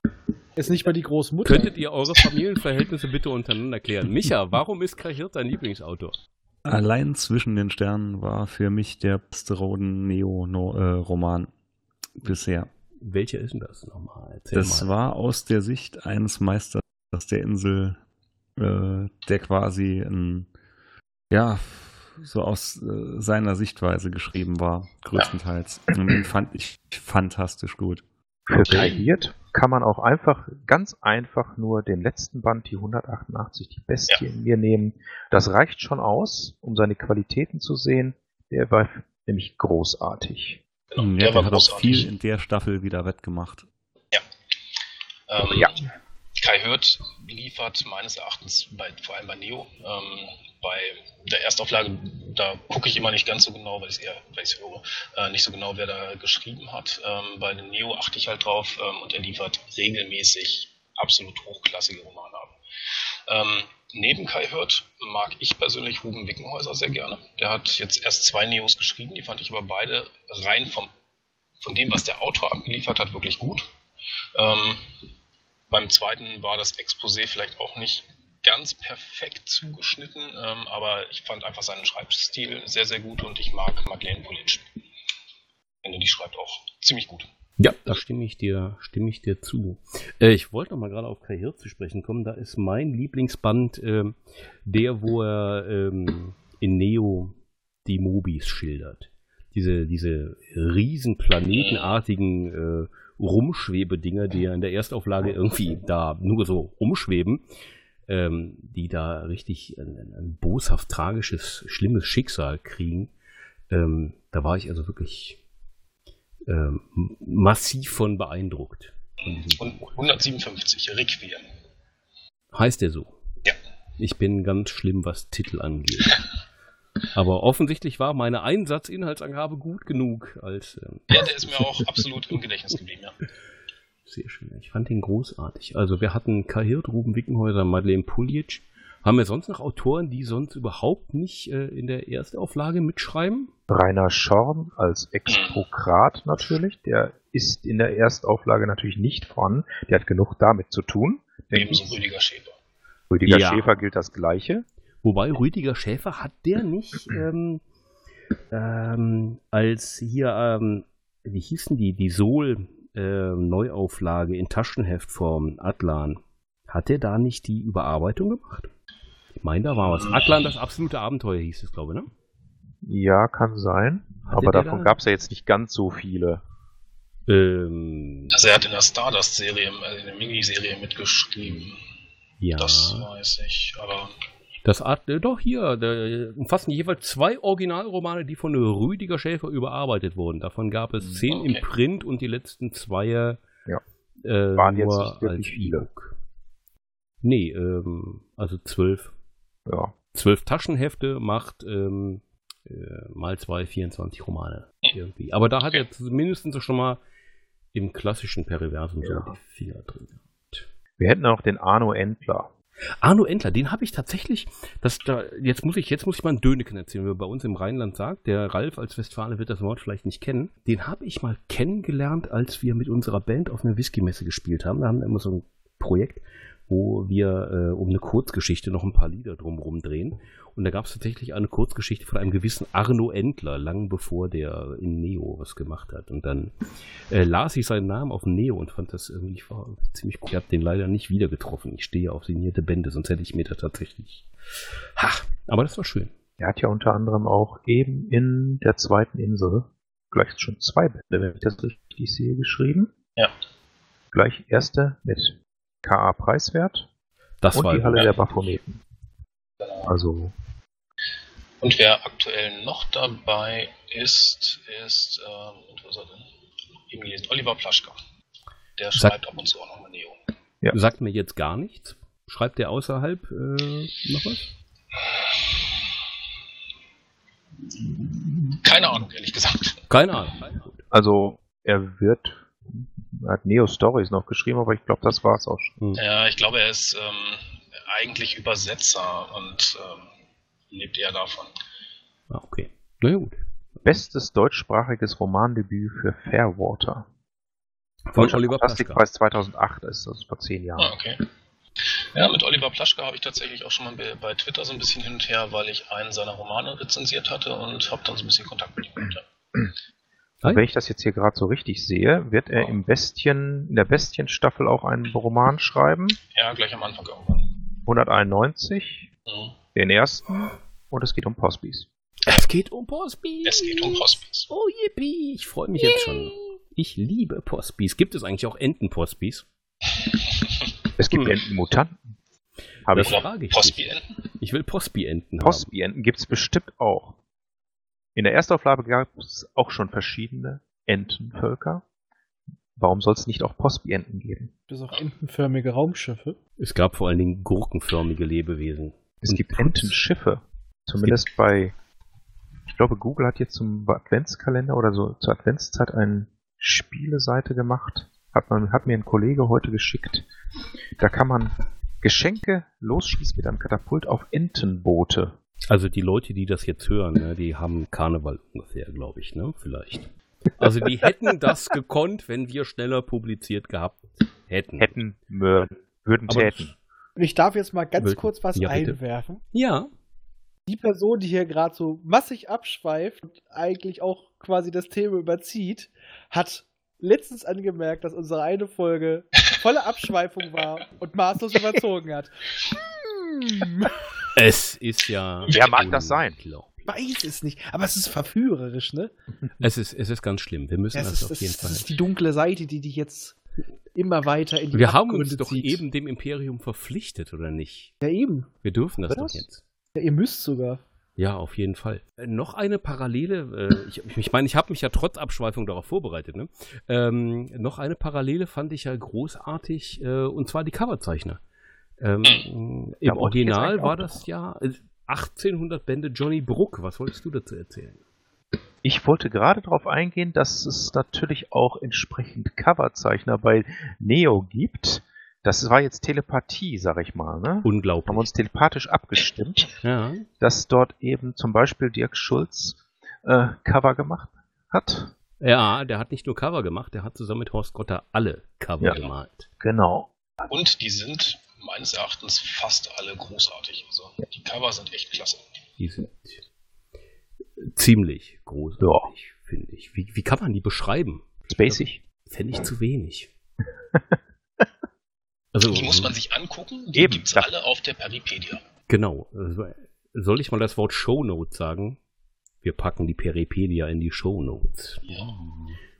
Speaker 2: Er Ist nicht mal die Großmutter.
Speaker 1: Könntet ihr eure Familienverhältnisse bitte untereinander klären? Micha, warum ist Kai Hirt dein Lieblingsautor?
Speaker 5: Allein zwischen den Sternen war für mich der beste Roden-Neo-Roman bisher.
Speaker 1: Welcher ist denn das nochmal? Erzähl
Speaker 5: Das
Speaker 1: mal.
Speaker 5: war aus der Sicht eines Meisters der Insel, äh, der quasi ein, ja, so aus äh, seiner Sichtweise geschrieben war, größtenteils. Und den fand ich fantastisch gut.
Speaker 4: Für Kai Hirt kann man auch einfach, ganz einfach nur den letzten Band, die 188, die Bestie in mir nehmen. Das reicht schon aus, um seine Qualitäten zu sehen. Der war nämlich großartig.
Speaker 3: genau,
Speaker 5: Hm, ja,
Speaker 3: der
Speaker 5: der,
Speaker 3: war
Speaker 5: hat auch
Speaker 3: großartig.
Speaker 5: viel in der Staffel wieder wettgemacht.
Speaker 3: Ähm,
Speaker 4: Ja.
Speaker 3: Kai Hürth liefert meines Erachtens, bei, vor allem bei Neo, ähm, bei der Erstauflage, da gucke ich immer nicht ganz so genau, weil ich eher, weil ich höre, äh, nicht so genau, wer da geschrieben hat. Ähm, bei den Neo achte ich halt drauf ähm, und er liefert regelmäßig absolut hochklassige Romane ab. Ähm, neben Kai Hürth mag ich persönlich Ruben Wickenhäuser sehr gerne. Der hat jetzt erst zwei Neos geschrieben, die fand ich aber beide rein vom, von dem, was der Autor abgeliefert hat, wirklich gut. Ähm, beim zweiten war das Exposé vielleicht auch nicht ganz perfekt zugeschnitten, ähm, aber ich fand einfach seinen Schreibstil sehr, sehr gut und ich mag Madeleine Pulitsch. Finde, die schreibt auch ziemlich gut.
Speaker 1: Ja, da stimme ich dir, stimme ich dir zu. Äh, ich wollte noch mal gerade auf Kai Hirt zu sprechen kommen. Da ist mein Lieblingsband ähm, der, wo er ähm, in Neo die Mobis schildert. Diese, diese riesen planetenartigen äh, Rumschwebedinger, die ja in der Erstauflage irgendwie da nur so rumschweben, ähm, die da richtig ein, ein, ein boshaft tragisches, schlimmes Schicksal kriegen. Ähm, da war ich also wirklich ähm, massiv von beeindruckt. Von diesem
Speaker 3: Und
Speaker 1: Buch.
Speaker 3: 157, Requiem.
Speaker 1: Heißt der so?
Speaker 3: Ja.
Speaker 1: Ich bin ganz schlimm, was Titel angeht. Aber offensichtlich war meine Einsatzinhaltsangabe gut genug, als ähm,
Speaker 3: Ja, der ist mir auch absolut im Gedächtnis geblieben, ja.
Speaker 1: Sehr schön. Ich fand den großartig. Also wir hatten Kahirt, Ruben Wickenhäuser, Madeleine Puljic. Haben wir sonst noch Autoren, die sonst überhaupt nicht äh, in der Erstauflage mitschreiben?
Speaker 4: Rainer Schorn als Exprokrat natürlich. Der ist in der Erstauflage natürlich nicht vorhanden. Der hat genug damit zu tun. Denke
Speaker 3: Ebenso
Speaker 4: ich,
Speaker 3: Rüdiger Schäfer.
Speaker 4: Rüdiger
Speaker 1: Ja.
Speaker 4: Schäfer gilt das Gleiche.
Speaker 1: Wobei Rüdiger Schäfer hat der nicht ähm, ähm, als hier, ähm, wie hießen die, die Sol-Neuauflage in Taschenheftform, Atlan, hat der da nicht die Überarbeitung gemacht? Ich meine, da war was. Atlan, das absolute Abenteuer hieß es, glaube ich, ne?
Speaker 4: Ja, kann sein.
Speaker 1: Hatte
Speaker 4: aber
Speaker 1: der
Speaker 4: davon
Speaker 1: da-
Speaker 4: gab es ja jetzt nicht ganz so viele.
Speaker 1: Ähm,
Speaker 3: Also er hat in der Stardust-Serie, also in der Miniserie mitgeschrieben.
Speaker 1: ja.
Speaker 3: Das weiß ich. Aber
Speaker 1: Das Art, äh, doch hier, da umfassen jeweils zwei Originalromane, die von Rüdiger Schäfer überarbeitet wurden. Davon gab es zehn
Speaker 3: Okay.
Speaker 1: im Print und die letzten zwei äh,
Speaker 4: Ja.
Speaker 1: äh,
Speaker 4: Waren jetzt
Speaker 1: nur
Speaker 4: nicht wirklich
Speaker 1: als
Speaker 4: viele.
Speaker 1: E-Book. Nee, ähm, also zwölf.
Speaker 4: Ja.
Speaker 1: Zwölf Taschenhefte macht ähm, äh, mal zwei 24 Romane. Irgendwie. Aber da hat er mindestens schon mal im klassischen Periversum so
Speaker 4: Ja.
Speaker 1: die Finger drin.
Speaker 4: Wir hätten auch den Arno Endler.
Speaker 1: Arno Entler, den habe ich tatsächlich, das, da, jetzt, muss ich, jetzt muss ich mal einen Döneken erzählen, wie man bei uns im Rheinland sagt. Der Ralf als Westfale wird das Wort vielleicht nicht kennen. Den habe ich mal kennengelernt, als wir mit unserer Band auf einer Whisky-Messe gespielt haben. Da haben wir immer so ein Projekt, wo wir äh, um eine Kurzgeschichte noch ein paar Lieder drumherum drehen. Und da gab es tatsächlich eine Kurzgeschichte von einem gewissen Arno Entler, lang bevor der in Neo was gemacht hat. Und dann äh, las ich seinen Namen auf dem Neo und fand das irgendwie ich war ziemlich cool. Ich habe den leider nicht wieder getroffen. Ich stehe auf signierte Bände, sonst hätte ich mir da tatsächlich. Ha! Aber das war schön.
Speaker 4: Er hat ja unter anderem auch eben in der zweiten Insel gleich schon zwei Bände, wenn ich das richtig sehe, geschrieben.
Speaker 3: Ja.
Speaker 4: Gleich erste mit K.A. Preiswert
Speaker 1: Das
Speaker 4: und
Speaker 1: war
Speaker 4: die Halle
Speaker 3: ja.
Speaker 4: der Baphometen. Also
Speaker 3: Und wer aktuell noch dabei ist, ist, ähm, und wo ist er denn? Eben gelesen, Oliver Plaschka. Der
Speaker 1: Sag-
Speaker 3: schreibt ab und zu auch nochmal Neo.
Speaker 1: sagt mir jetzt gar nichts. Schreibt der außerhalb äh, noch was?
Speaker 3: Keine Ahnung, ehrlich gesagt.
Speaker 1: Keine Ahnung.
Speaker 4: Also er wird, er hat Neo Stories noch geschrieben, aber ich glaube, das war es auch schon.
Speaker 3: Ja, ich glaube, er ist ähm, eigentlich Übersetzer und ähm, lebt eher davon.
Speaker 1: Ah, okay. Na ja, gut.
Speaker 4: Bestes deutschsprachiges Romandebüt für Fairwater.
Speaker 1: Von
Speaker 4: Deutscher
Speaker 1: Oliver Plaschka.
Speaker 4: Fantastikpreis 2008 ist das vor zehn
Speaker 3: Ah,
Speaker 4: Jahren.
Speaker 3: okay. Ja, mit Oliver Plaschka habe ich tatsächlich auch schon mal bei- bei Twitter so ein bisschen hin und her, weil ich einen seiner Romane rezensiert hatte und habe dann so ein bisschen Kontakt mit ihm. gehabt, ja.
Speaker 1: Hi.
Speaker 4: Und wenn ich das jetzt hier gerade so richtig sehe, wird er im Bestien, in der Bestien-Staffel auch einen Roman schreiben.
Speaker 3: Ja, gleich am Anfang irgendwann.
Speaker 4: 191,
Speaker 3: Mhm.
Speaker 4: den ersten. Und es geht um Postbis.
Speaker 1: Es geht um Postbis.
Speaker 3: Es geht um Hospice.
Speaker 1: Oh, yippie. Ich freue mich jetzt schon. Ich liebe Postbis. Gibt es eigentlich auch Enten-Postbis?
Speaker 4: Es gibt
Speaker 1: Hm.
Speaker 4: Entenmutanten. Habe
Speaker 1: Das
Speaker 4: ich.
Speaker 1: frage ich dich.
Speaker 3: Postbienten?
Speaker 1: Ich will Postbi-Enten haben.
Speaker 4: Postbienten gibt es bestimmt auch. In der Erstauflage gab es auch schon verschiedene Entenvölker. Warum soll es nicht auch Postbienten geben?
Speaker 2: Das auch entenförmige Raumschiffe.
Speaker 1: Es gab vor allen Dingen gurkenförmige Lebewesen.
Speaker 4: Es
Speaker 1: Und
Speaker 4: gibt
Speaker 1: Putz.
Speaker 4: Entenschiffe. Zumindest bei, ich glaube, Google hat jetzt zum Adventskalender oder so zur Adventszeit eine Spieleseite gemacht. Hat, man, hat mir ein Kollege heute geschickt. Da kann man Geschenke losschießen mit einem Katapult auf Entenboote.
Speaker 1: Also die Leute, die das jetzt hören, ne, die haben Karneval ungefähr, glaube ich, ne? Vielleicht. Also die hätten das gekonnt, wenn wir schneller publiziert gehabt hätten.
Speaker 4: Hätten, mö- würden,
Speaker 1: Aber-
Speaker 4: täten.
Speaker 2: Und ich darf jetzt mal ganz
Speaker 1: Will-
Speaker 2: kurz was
Speaker 1: Ja, bitte.
Speaker 2: einwerfen.
Speaker 1: Ja.
Speaker 2: Die Person, die hier gerade so massig abschweift und eigentlich auch quasi das Thema überzieht, hat letztens angemerkt, dass unsere eine Folge volle Abschweifung war und maßlos überzogen hat. Hm,
Speaker 1: Es ist ja.
Speaker 4: Wer mag das sein?
Speaker 1: unglaublich.
Speaker 2: weiß es nicht, aber es ist verführerisch, ne?
Speaker 1: Es ist, es ist ganz schlimm. Wir müssen
Speaker 2: Das,
Speaker 1: das,
Speaker 2: ist,
Speaker 1: auf
Speaker 2: das,
Speaker 1: jeden
Speaker 2: das
Speaker 1: Fall.
Speaker 2: ist die dunkle Seite, die dich jetzt immer weiter in die
Speaker 1: Wir haben uns
Speaker 2: Abgründe
Speaker 1: doch
Speaker 2: zieht.
Speaker 1: eben dem Imperium verpflichtet, oder nicht?
Speaker 2: Ja, eben.
Speaker 1: Wir dürfen das
Speaker 4: Was?
Speaker 1: doch jetzt.
Speaker 2: Ja, ihr müsst sogar.
Speaker 1: Ja, auf jeden Fall. Äh, noch eine Parallele, äh, ich, ich meine, ich habe mich ja trotz Abschweifung darauf vorbereitet, ne? Ähm, noch eine Parallele fand ich ja großartig, äh, und zwar die Coverzeichner. Ähm, Im
Speaker 4: Ja, wollte Hm. ich jetzt
Speaker 1: Original
Speaker 4: eigentlich
Speaker 1: war
Speaker 4: auch
Speaker 1: das ja äh, 1800 Bände Johnny Brook. Was wolltest du dazu erzählen?
Speaker 4: Ich wollte gerade darauf eingehen, dass es natürlich auch entsprechend Coverzeichner bei Neo gibt. Das war jetzt Telepathie, sag ich mal. Ne? Haben wir
Speaker 1: Unglaublich.
Speaker 4: uns telepathisch abgestimmt,
Speaker 1: Ja.
Speaker 4: dass dort eben zum Beispiel Dirk Schulz äh, Cover gemacht hat.
Speaker 1: ja, der hat nicht nur Cover gemacht, der hat zusammen mit Horst Gotter alle Cover
Speaker 4: Ja.
Speaker 1: gemalt.
Speaker 4: Genau.
Speaker 3: Und die sind meines Erachtens fast alle großartig. Also die Cover sind echt klasse.
Speaker 1: Die sind ziemlich großartig, finde ich. Wie, wie kann man die beschreiben?
Speaker 4: Spacig.
Speaker 1: Fände ich zu wenig. also,
Speaker 3: Die muss man sich angucken. Die
Speaker 4: Eben,
Speaker 3: gibt's
Speaker 4: ja.
Speaker 3: alle auf der Peripedia.
Speaker 1: Genau. Soll ich mal das Wort Shownotes sagen? Wir packen die Peripedia in die Shownotes.
Speaker 3: Ja.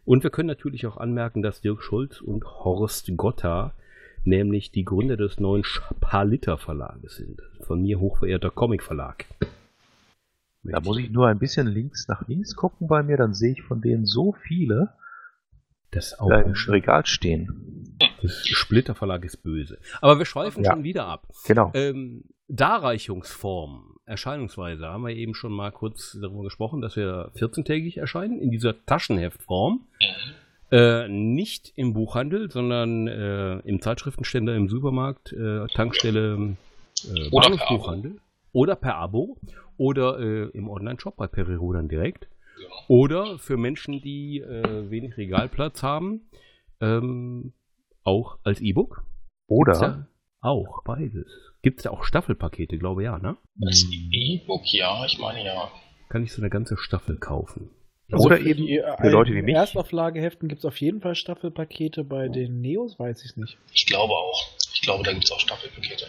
Speaker 1: Und wir können natürlich auch anmerken, dass Dirk Schulz und Horst Gotter nämlich die Gründer des neuen Paliter Verlages sind. Von mir hochverehrter Comic Verlag.
Speaker 4: Da muss ich nur ein bisschen links nach links gucken bei mir, dann sehe ich von denen so viele
Speaker 1: das
Speaker 4: da im
Speaker 1: auch.
Speaker 4: Regal stehen.
Speaker 1: Das Splitter Verlag ist böse. Aber wir schweifen
Speaker 4: Ja.
Speaker 1: schon wieder ab.
Speaker 4: Genau.
Speaker 1: Ähm, Darreichungsform, Erscheinungsweise, haben wir eben schon mal kurz darüber gesprochen, dass wir 14-tägig erscheinen, in dieser Taschenheftform. Äh, nicht im Buchhandel, sondern äh, im Zeitschriftenständer, im Supermarkt, äh, Tankstelle, äh,
Speaker 3: Oder per
Speaker 1: Buchhandel. Oder per Abo. Oder äh, im Online-Shop bei Perirodan direkt.
Speaker 3: Genau.
Speaker 1: Oder für Menschen, die äh, wenig Regalplatz haben, ähm, auch als E-Book. Gibt's
Speaker 4: Oder
Speaker 1: da auch, beides. Gibt es da auch Staffelpakete, glaube ja, ne?
Speaker 3: Das E-Book, ja, ich meine ja.
Speaker 1: Kann ich so eine ganze Staffel kaufen.
Speaker 4: Oder
Speaker 2: für
Speaker 4: eben
Speaker 2: die, äh,
Speaker 4: für Leute wie mich.
Speaker 2: Erstauflageheften gibt es auf jeden Fall Staffelpakete. Bei den Neos weiß ich nicht.
Speaker 3: Ich glaube auch. Ich glaube, da gibt es auch Staffelpakete.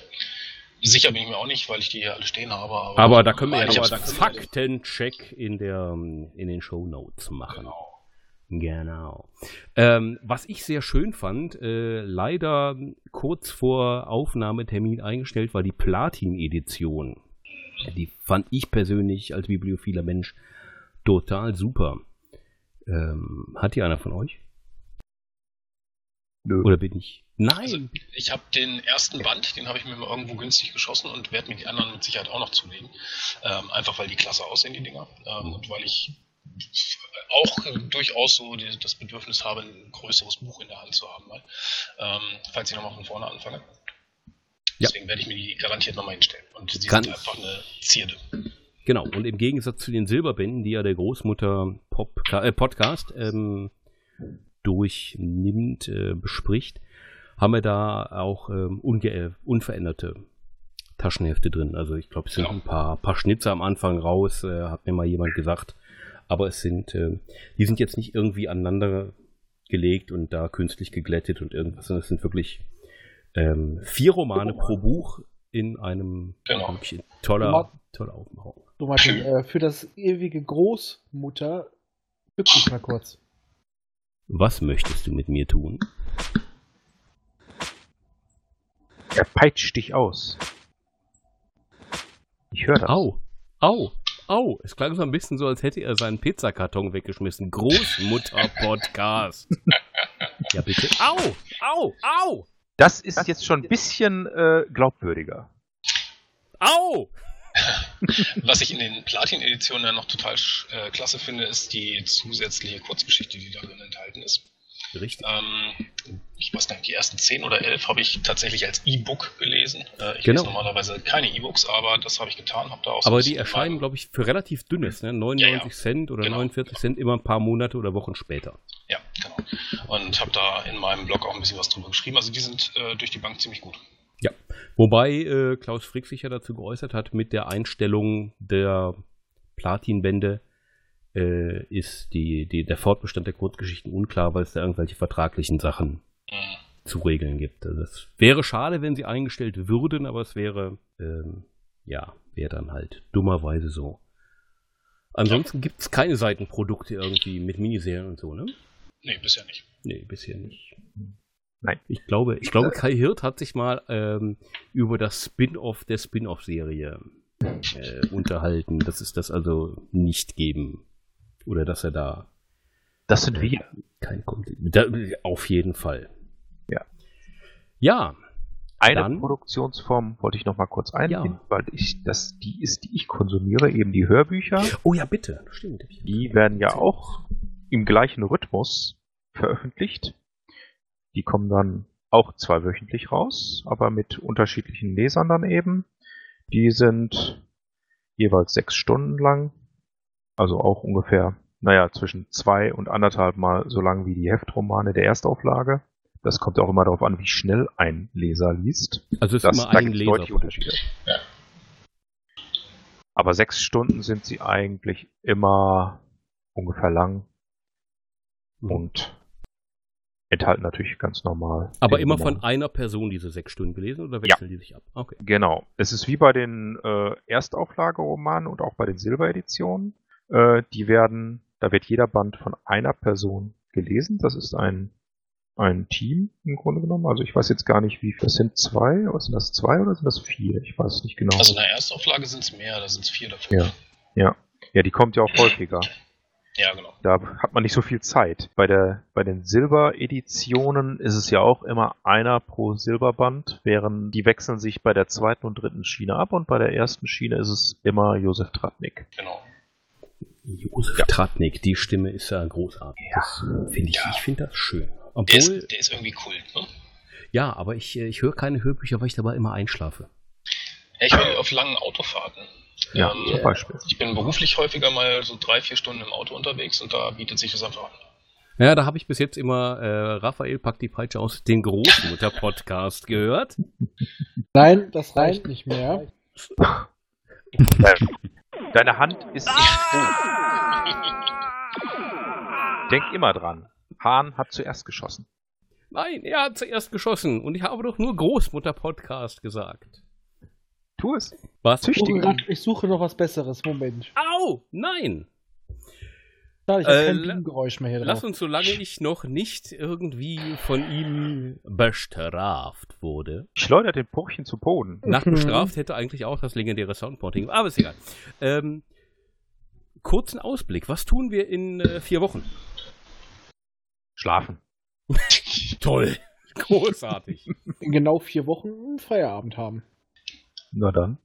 Speaker 3: Sicher bin ich mir auch nicht, weil ich die hier alle stehen habe. Aber,
Speaker 1: Aber da können wir ja
Speaker 3: Ich
Speaker 1: noch
Speaker 3: hab's
Speaker 1: einen
Speaker 3: gefunden.
Speaker 1: Faktencheck in, der, ähm, in den Shownotes machen. Genau. Ähm, was ich sehr schön fand, äh, leider kurz vor Aufnahmetermin eingestellt war die Platin-Edition. Die fand ich persönlich als bibliophiler Mensch total super. Ähm, hat die einer von euch?
Speaker 4: Nö.
Speaker 1: Oder bin ich?
Speaker 3: Also,
Speaker 1: Nein!
Speaker 3: ich habe den ersten Band, den habe ich mir mal irgendwo günstig geschossen und werde mir die anderen mit Sicherheit auch noch zulegen. Ähm, einfach weil die klasse aussehen, die Dinger. Ähm, und weil ich auch durchaus so die, das Bedürfnis habe, ein größeres Buch in der Hand zu haben, mal. Ähm, falls ich nochmal von vorne anfange.
Speaker 1: Ja.
Speaker 3: Deswegen werde ich mir die garantiert nochmal hinstellen. Und sie
Speaker 1: Ganz-
Speaker 3: sind einfach eine Zierde.
Speaker 1: Genau, und im Gegensatz zu den Silberbänden, die ja der Großmutter Pop äh, Podcast ähm, durchnimmt, äh, bespricht, haben wir da auch ähm, unge äh, unveränderte Taschenhefte drin. Also ich glaube, es sind
Speaker 3: Ja.
Speaker 1: ein paar, paar Schnitzer am Anfang raus, äh, hat mir mal jemand gesagt. Aber es sind, äh, die sind jetzt nicht irgendwie aneinander gelegt und da künstlich geglättet und irgendwas, sondern es sind wirklich ähm, vier Romane pro Buch in einem
Speaker 3: Genau.
Speaker 1: wirklich toller,
Speaker 2: Martin.
Speaker 1: toller Aufmachung.
Speaker 2: So, Martin, äh, für das ewige Großmutter bück dich mal kurz.
Speaker 1: Was möchtest du mit mir tun?
Speaker 4: er peitscht dich aus. Ich höre das.
Speaker 1: Au, au, au. Es klang so ein bisschen so, als hätte er seinen Pizzakarton weggeschmissen. Großmutter-Podcast. ja, bitte. Au, au, au,
Speaker 4: Das ist jetzt schon ein bisschen äh, glaubwürdiger.
Speaker 1: au.
Speaker 3: Was ich in den Platin-Editionen ja noch total sch- äh, klasse finde, ist die zusätzliche Kurzgeschichte, die darin enthalten ist.
Speaker 1: Richtig.
Speaker 3: Ähm, ich weiß gar nicht, die ersten 10 oder 11 habe ich tatsächlich als E-Book gelesen. Äh, ich
Speaker 1: Genau.
Speaker 3: lese normalerweise keine E-Books, aber das habe ich getan, habe da auch so
Speaker 1: Aber
Speaker 3: ein
Speaker 1: die
Speaker 3: bisschen
Speaker 1: erscheinen, glaube ich, für relativ dünnes, ne? 99
Speaker 3: Ja, ja.
Speaker 1: Cent oder
Speaker 3: Genau.
Speaker 1: 49 Cent immer ein paar Monate oder Wochen später.
Speaker 3: Ja, genau. Und habe da in meinem Blog auch ein bisschen was drüber geschrieben. Also die sind äh, durch die Bank ziemlich gut.
Speaker 1: Wobei äh, Klaus Frick sich ja dazu geäußert hat, mit der Einstellung der Platinbände äh, ist die, die, der Fortbestand der Kurzgeschichten unklar, weil es da irgendwelche vertraglichen Sachen
Speaker 3: Mhm.
Speaker 1: zu regeln gibt. Also es wäre schade, wenn sie eingestellt würden, aber es wäre, ähm, ja, wäre dann halt dummerweise so. Ansonsten gibt es keine Seitenprodukte irgendwie mit Miniserien und so, ne?
Speaker 3: Nee, bisher nicht.
Speaker 1: Nee, bisher nicht.
Speaker 4: Nein.
Speaker 1: Ich glaube, ich glaube, Kai Hirt hat sich mal ähm, über das Spin-off der Spin-off-Serie äh, unterhalten, dass es das also nicht geben. Oder dass er da
Speaker 4: Das sind wir.
Speaker 1: kein Konflikt. Da, auf jeden Fall.
Speaker 4: Ja.
Speaker 1: Ja.
Speaker 4: Eine
Speaker 1: Dann-
Speaker 4: Produktionsform wollte ich noch mal kurz einbinden,
Speaker 1: Ja.
Speaker 4: weil ich das die ist, die ich konsumiere, eben die Hörbücher.
Speaker 1: Oh ja, bitte. Stimmt. hab ich-
Speaker 4: Die werden ja auch im gleichen Rhythmus veröffentlicht. Die kommen dann auch zweiwöchentlich raus, aber mit unterschiedlichen Lesern dann eben. Die sind jeweils sechs Stunden lang, also auch ungefähr, naja, zwischen zwei und anderthalb Mal so lang wie die Heftromane der Erstauflage. Das kommt auch immer darauf an, wie schnell ein Leser liest.
Speaker 1: Also es ist
Speaker 4: Das,
Speaker 1: immer
Speaker 4: da
Speaker 1: ein
Speaker 4: gibt es
Speaker 1: Leser.
Speaker 4: deutliche Unterschiede.
Speaker 3: Ja.
Speaker 4: Aber sechs Stunden sind sie eigentlich immer ungefähr lang
Speaker 1: Mhm.
Speaker 4: und enthalten natürlich ganz normal.
Speaker 1: Aber
Speaker 4: den
Speaker 1: immer von
Speaker 4: Roman.
Speaker 1: einer Person diese sechs Stunden gelesen oder wechseln die sich ab? Okay.
Speaker 4: Genau. Es ist wie bei den äh, Erstauflageromanen und auch bei den Silbereditionen. Äh, die werden, da wird jeder Band von einer Person gelesen. Das ist ein, ein Team im Grunde genommen. Also ich weiß jetzt gar nicht, wie viel. Das sind zwei, oder sind das zwei oder sind das vier? Ich weiß es nicht genau.
Speaker 3: Also in der Erstauflage sind es mehr, da sind es vier davon.
Speaker 4: Ja. ja, die kommt ja auch häufiger.
Speaker 3: ja, genau.
Speaker 4: Da hat man nicht so viel Zeit. Bei, der, bei den Silbereditionen ist es ja auch immer einer pro Silberband, während die wechseln sich bei der zweiten und dritten Schiene ab und bei der ersten Schiene ist es immer Josef Tratnik.
Speaker 3: Genau.
Speaker 1: Josef Tratnik, die Stimme ist ja großartig. Das Finde ich, ich finde das schön.
Speaker 3: Der
Speaker 1: Obwohl,
Speaker 3: ist, der ist irgendwie Kult, ne?
Speaker 1: ja, aber ich, äh, ich höre keine Hörbücher, weil ich dabei immer einschlafe.
Speaker 3: Ja, ich höre die auf langen Autofahrten.
Speaker 4: Ja,
Speaker 3: Ähm,
Speaker 4: zum Beispiel.
Speaker 3: Ich bin beruflich häufiger mal so drei, vier Stunden im Auto unterwegs und da bietet sich das einfach an.
Speaker 1: Ja, da habe ich bis jetzt immer äh, Raphael packt die Peitsche aus den Großmutter-Podcast gehört.
Speaker 2: Nein, das reicht nicht mehr.
Speaker 4: Deine Hand ist nicht gut. Oh, Denk immer dran. Hahn hat zuerst geschossen.
Speaker 1: Nein, er hat zuerst geschossen und ich habe doch nur Großmutter-Podcast gesagt.
Speaker 4: Tu es.
Speaker 1: Was?
Speaker 2: Oh
Speaker 4: Züchtige ihn.
Speaker 2: Gott, ich suche noch was Besseres. Moment.
Speaker 1: Au! Nein!
Speaker 2: Schade, ich habe
Speaker 1: Äh,
Speaker 2: kein
Speaker 1: la-
Speaker 2: Blumengeräusch mehr hier
Speaker 1: Lass
Speaker 2: drauf.
Speaker 1: uns, solange ich noch nicht irgendwie von ihm bestraft wurde,
Speaker 4: Schleudert den Purchen zu Boden.
Speaker 1: Nach bestraft hätte eigentlich auch das legendäre Soundporting. Aber ist egal. Ähm, kurzen Ausblick. Was tun wir in äh, vier Wochen?
Speaker 4: Schlafen.
Speaker 1: Toll. Großartig.
Speaker 2: In genau vier Wochen einen Feierabend haben.
Speaker 4: Na dann.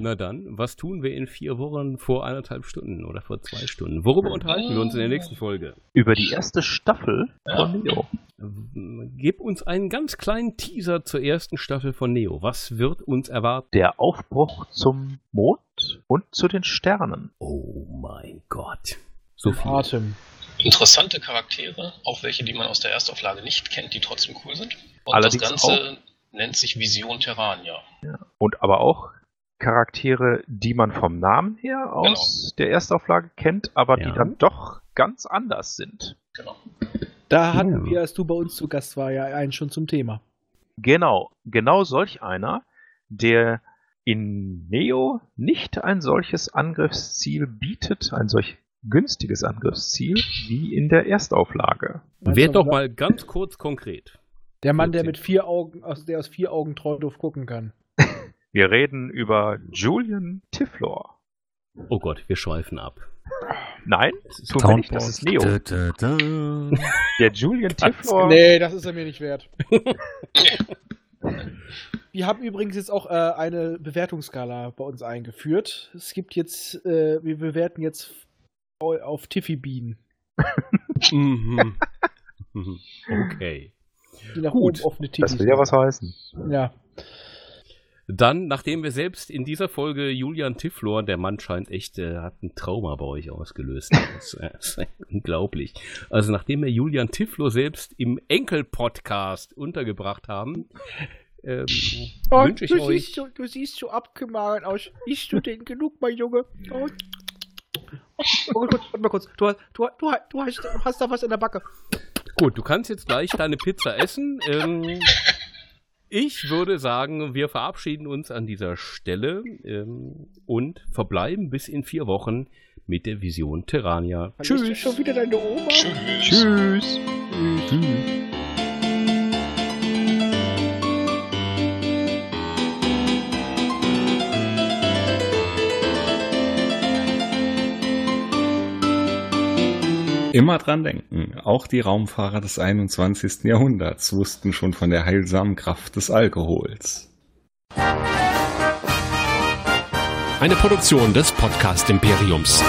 Speaker 1: Na dann, was tun wir in vier Wochen vor anderthalb Stunden oder vor zwei Stunden? Worüber unterhalten wir uns in der nächsten Folge?
Speaker 4: Über die erste Staffel von Neo.
Speaker 1: Ähm, Gib uns einen ganz kleinen Teaser zur ersten Staffel von Neo. Was wird uns erwarten?
Speaker 4: Der Aufbruch zum Mond und zu den Sternen.
Speaker 1: Oh mein Gott. So viel.
Speaker 2: Atem.
Speaker 3: Interessante Charaktere, auch welche, die man aus der Erstauflage nicht kennt, die trotzdem cool sind. Und
Speaker 4: Allerdings
Speaker 3: das Ganze nennt sich Vision Terrania.
Speaker 4: und aber auch Charaktere, die man vom Namen her aus der Erstauflage kennt, aber
Speaker 1: Ja.
Speaker 4: die dann doch ganz anders sind.
Speaker 3: Genau.
Speaker 2: Da
Speaker 1: Ja.
Speaker 2: hatten wir, als du bei uns zu Gast war, ja einen schon zum Thema.
Speaker 4: Genau, genau solch einer, der in Neo nicht ein solches Angriffsziel bietet, ein solch günstiges Angriffsziel wie in der Erstauflage.
Speaker 1: Werd doch mal ganz kurz konkret.
Speaker 2: Der Mann, der mit vier Augen, aus, der aus vier Augen treu doof gucken kann.
Speaker 4: Wir reden über Julian Tiflor.
Speaker 1: Oh Gott, wir schweifen ab.
Speaker 4: Nein,
Speaker 1: Es ist Äh,
Speaker 4: tun wir nicht, das ist Neo.
Speaker 5: Dö, dö, dö.
Speaker 4: Der Julian Tiflor.
Speaker 2: Nee, das ist er mir nicht wert. Wir haben übrigens jetzt auch äh, eine Bewertungsskala bei uns eingeführt. Es gibt jetzt, äh, wir bewerten jetzt au- auf Tiffy Bean,
Speaker 1: Mhm. Mhm. okay.
Speaker 2: die nach
Speaker 1: Gut.
Speaker 2: oben offene Tiffys.
Speaker 4: Das will ja was heißen.
Speaker 2: Ja.
Speaker 1: Dann, nachdem wir selbst in dieser Folge Julian Tiflor, der Mann scheint echt, äh, hat ein Trauma bei euch ausgelöst. Das ist, äh, das ist unglaublich. Also, nachdem wir Julian Tiflor selbst im Enkel-Podcast untergebracht haben, ähm, wünsche ich euch.
Speaker 2: du siehst so abgemagert aus. Isst du denn genug, mein Junge? Oh, oh, kurz, warte mal kurz. Du, hast- du, du, du hast, du hast da was in der Backe.
Speaker 1: Gut, du kannst jetzt gleich deine Pizza essen. Ähm, ich würde sagen, wir verabschieden uns an dieser Stelle ähm, und verbleiben bis in vier Wochen mit der Vision Terrania.
Speaker 2: Tschüss. Ist das schon wieder deine Oma?
Speaker 3: Tschüss.
Speaker 4: Tschüss.
Speaker 5: Tschüss. Immer dran denken. Auch die Raumfahrer des 21. Jahrhunderts wussten schon von der heilsamen Kraft des Alkohols.
Speaker 6: Eine Produktion des Podcast Imperiums.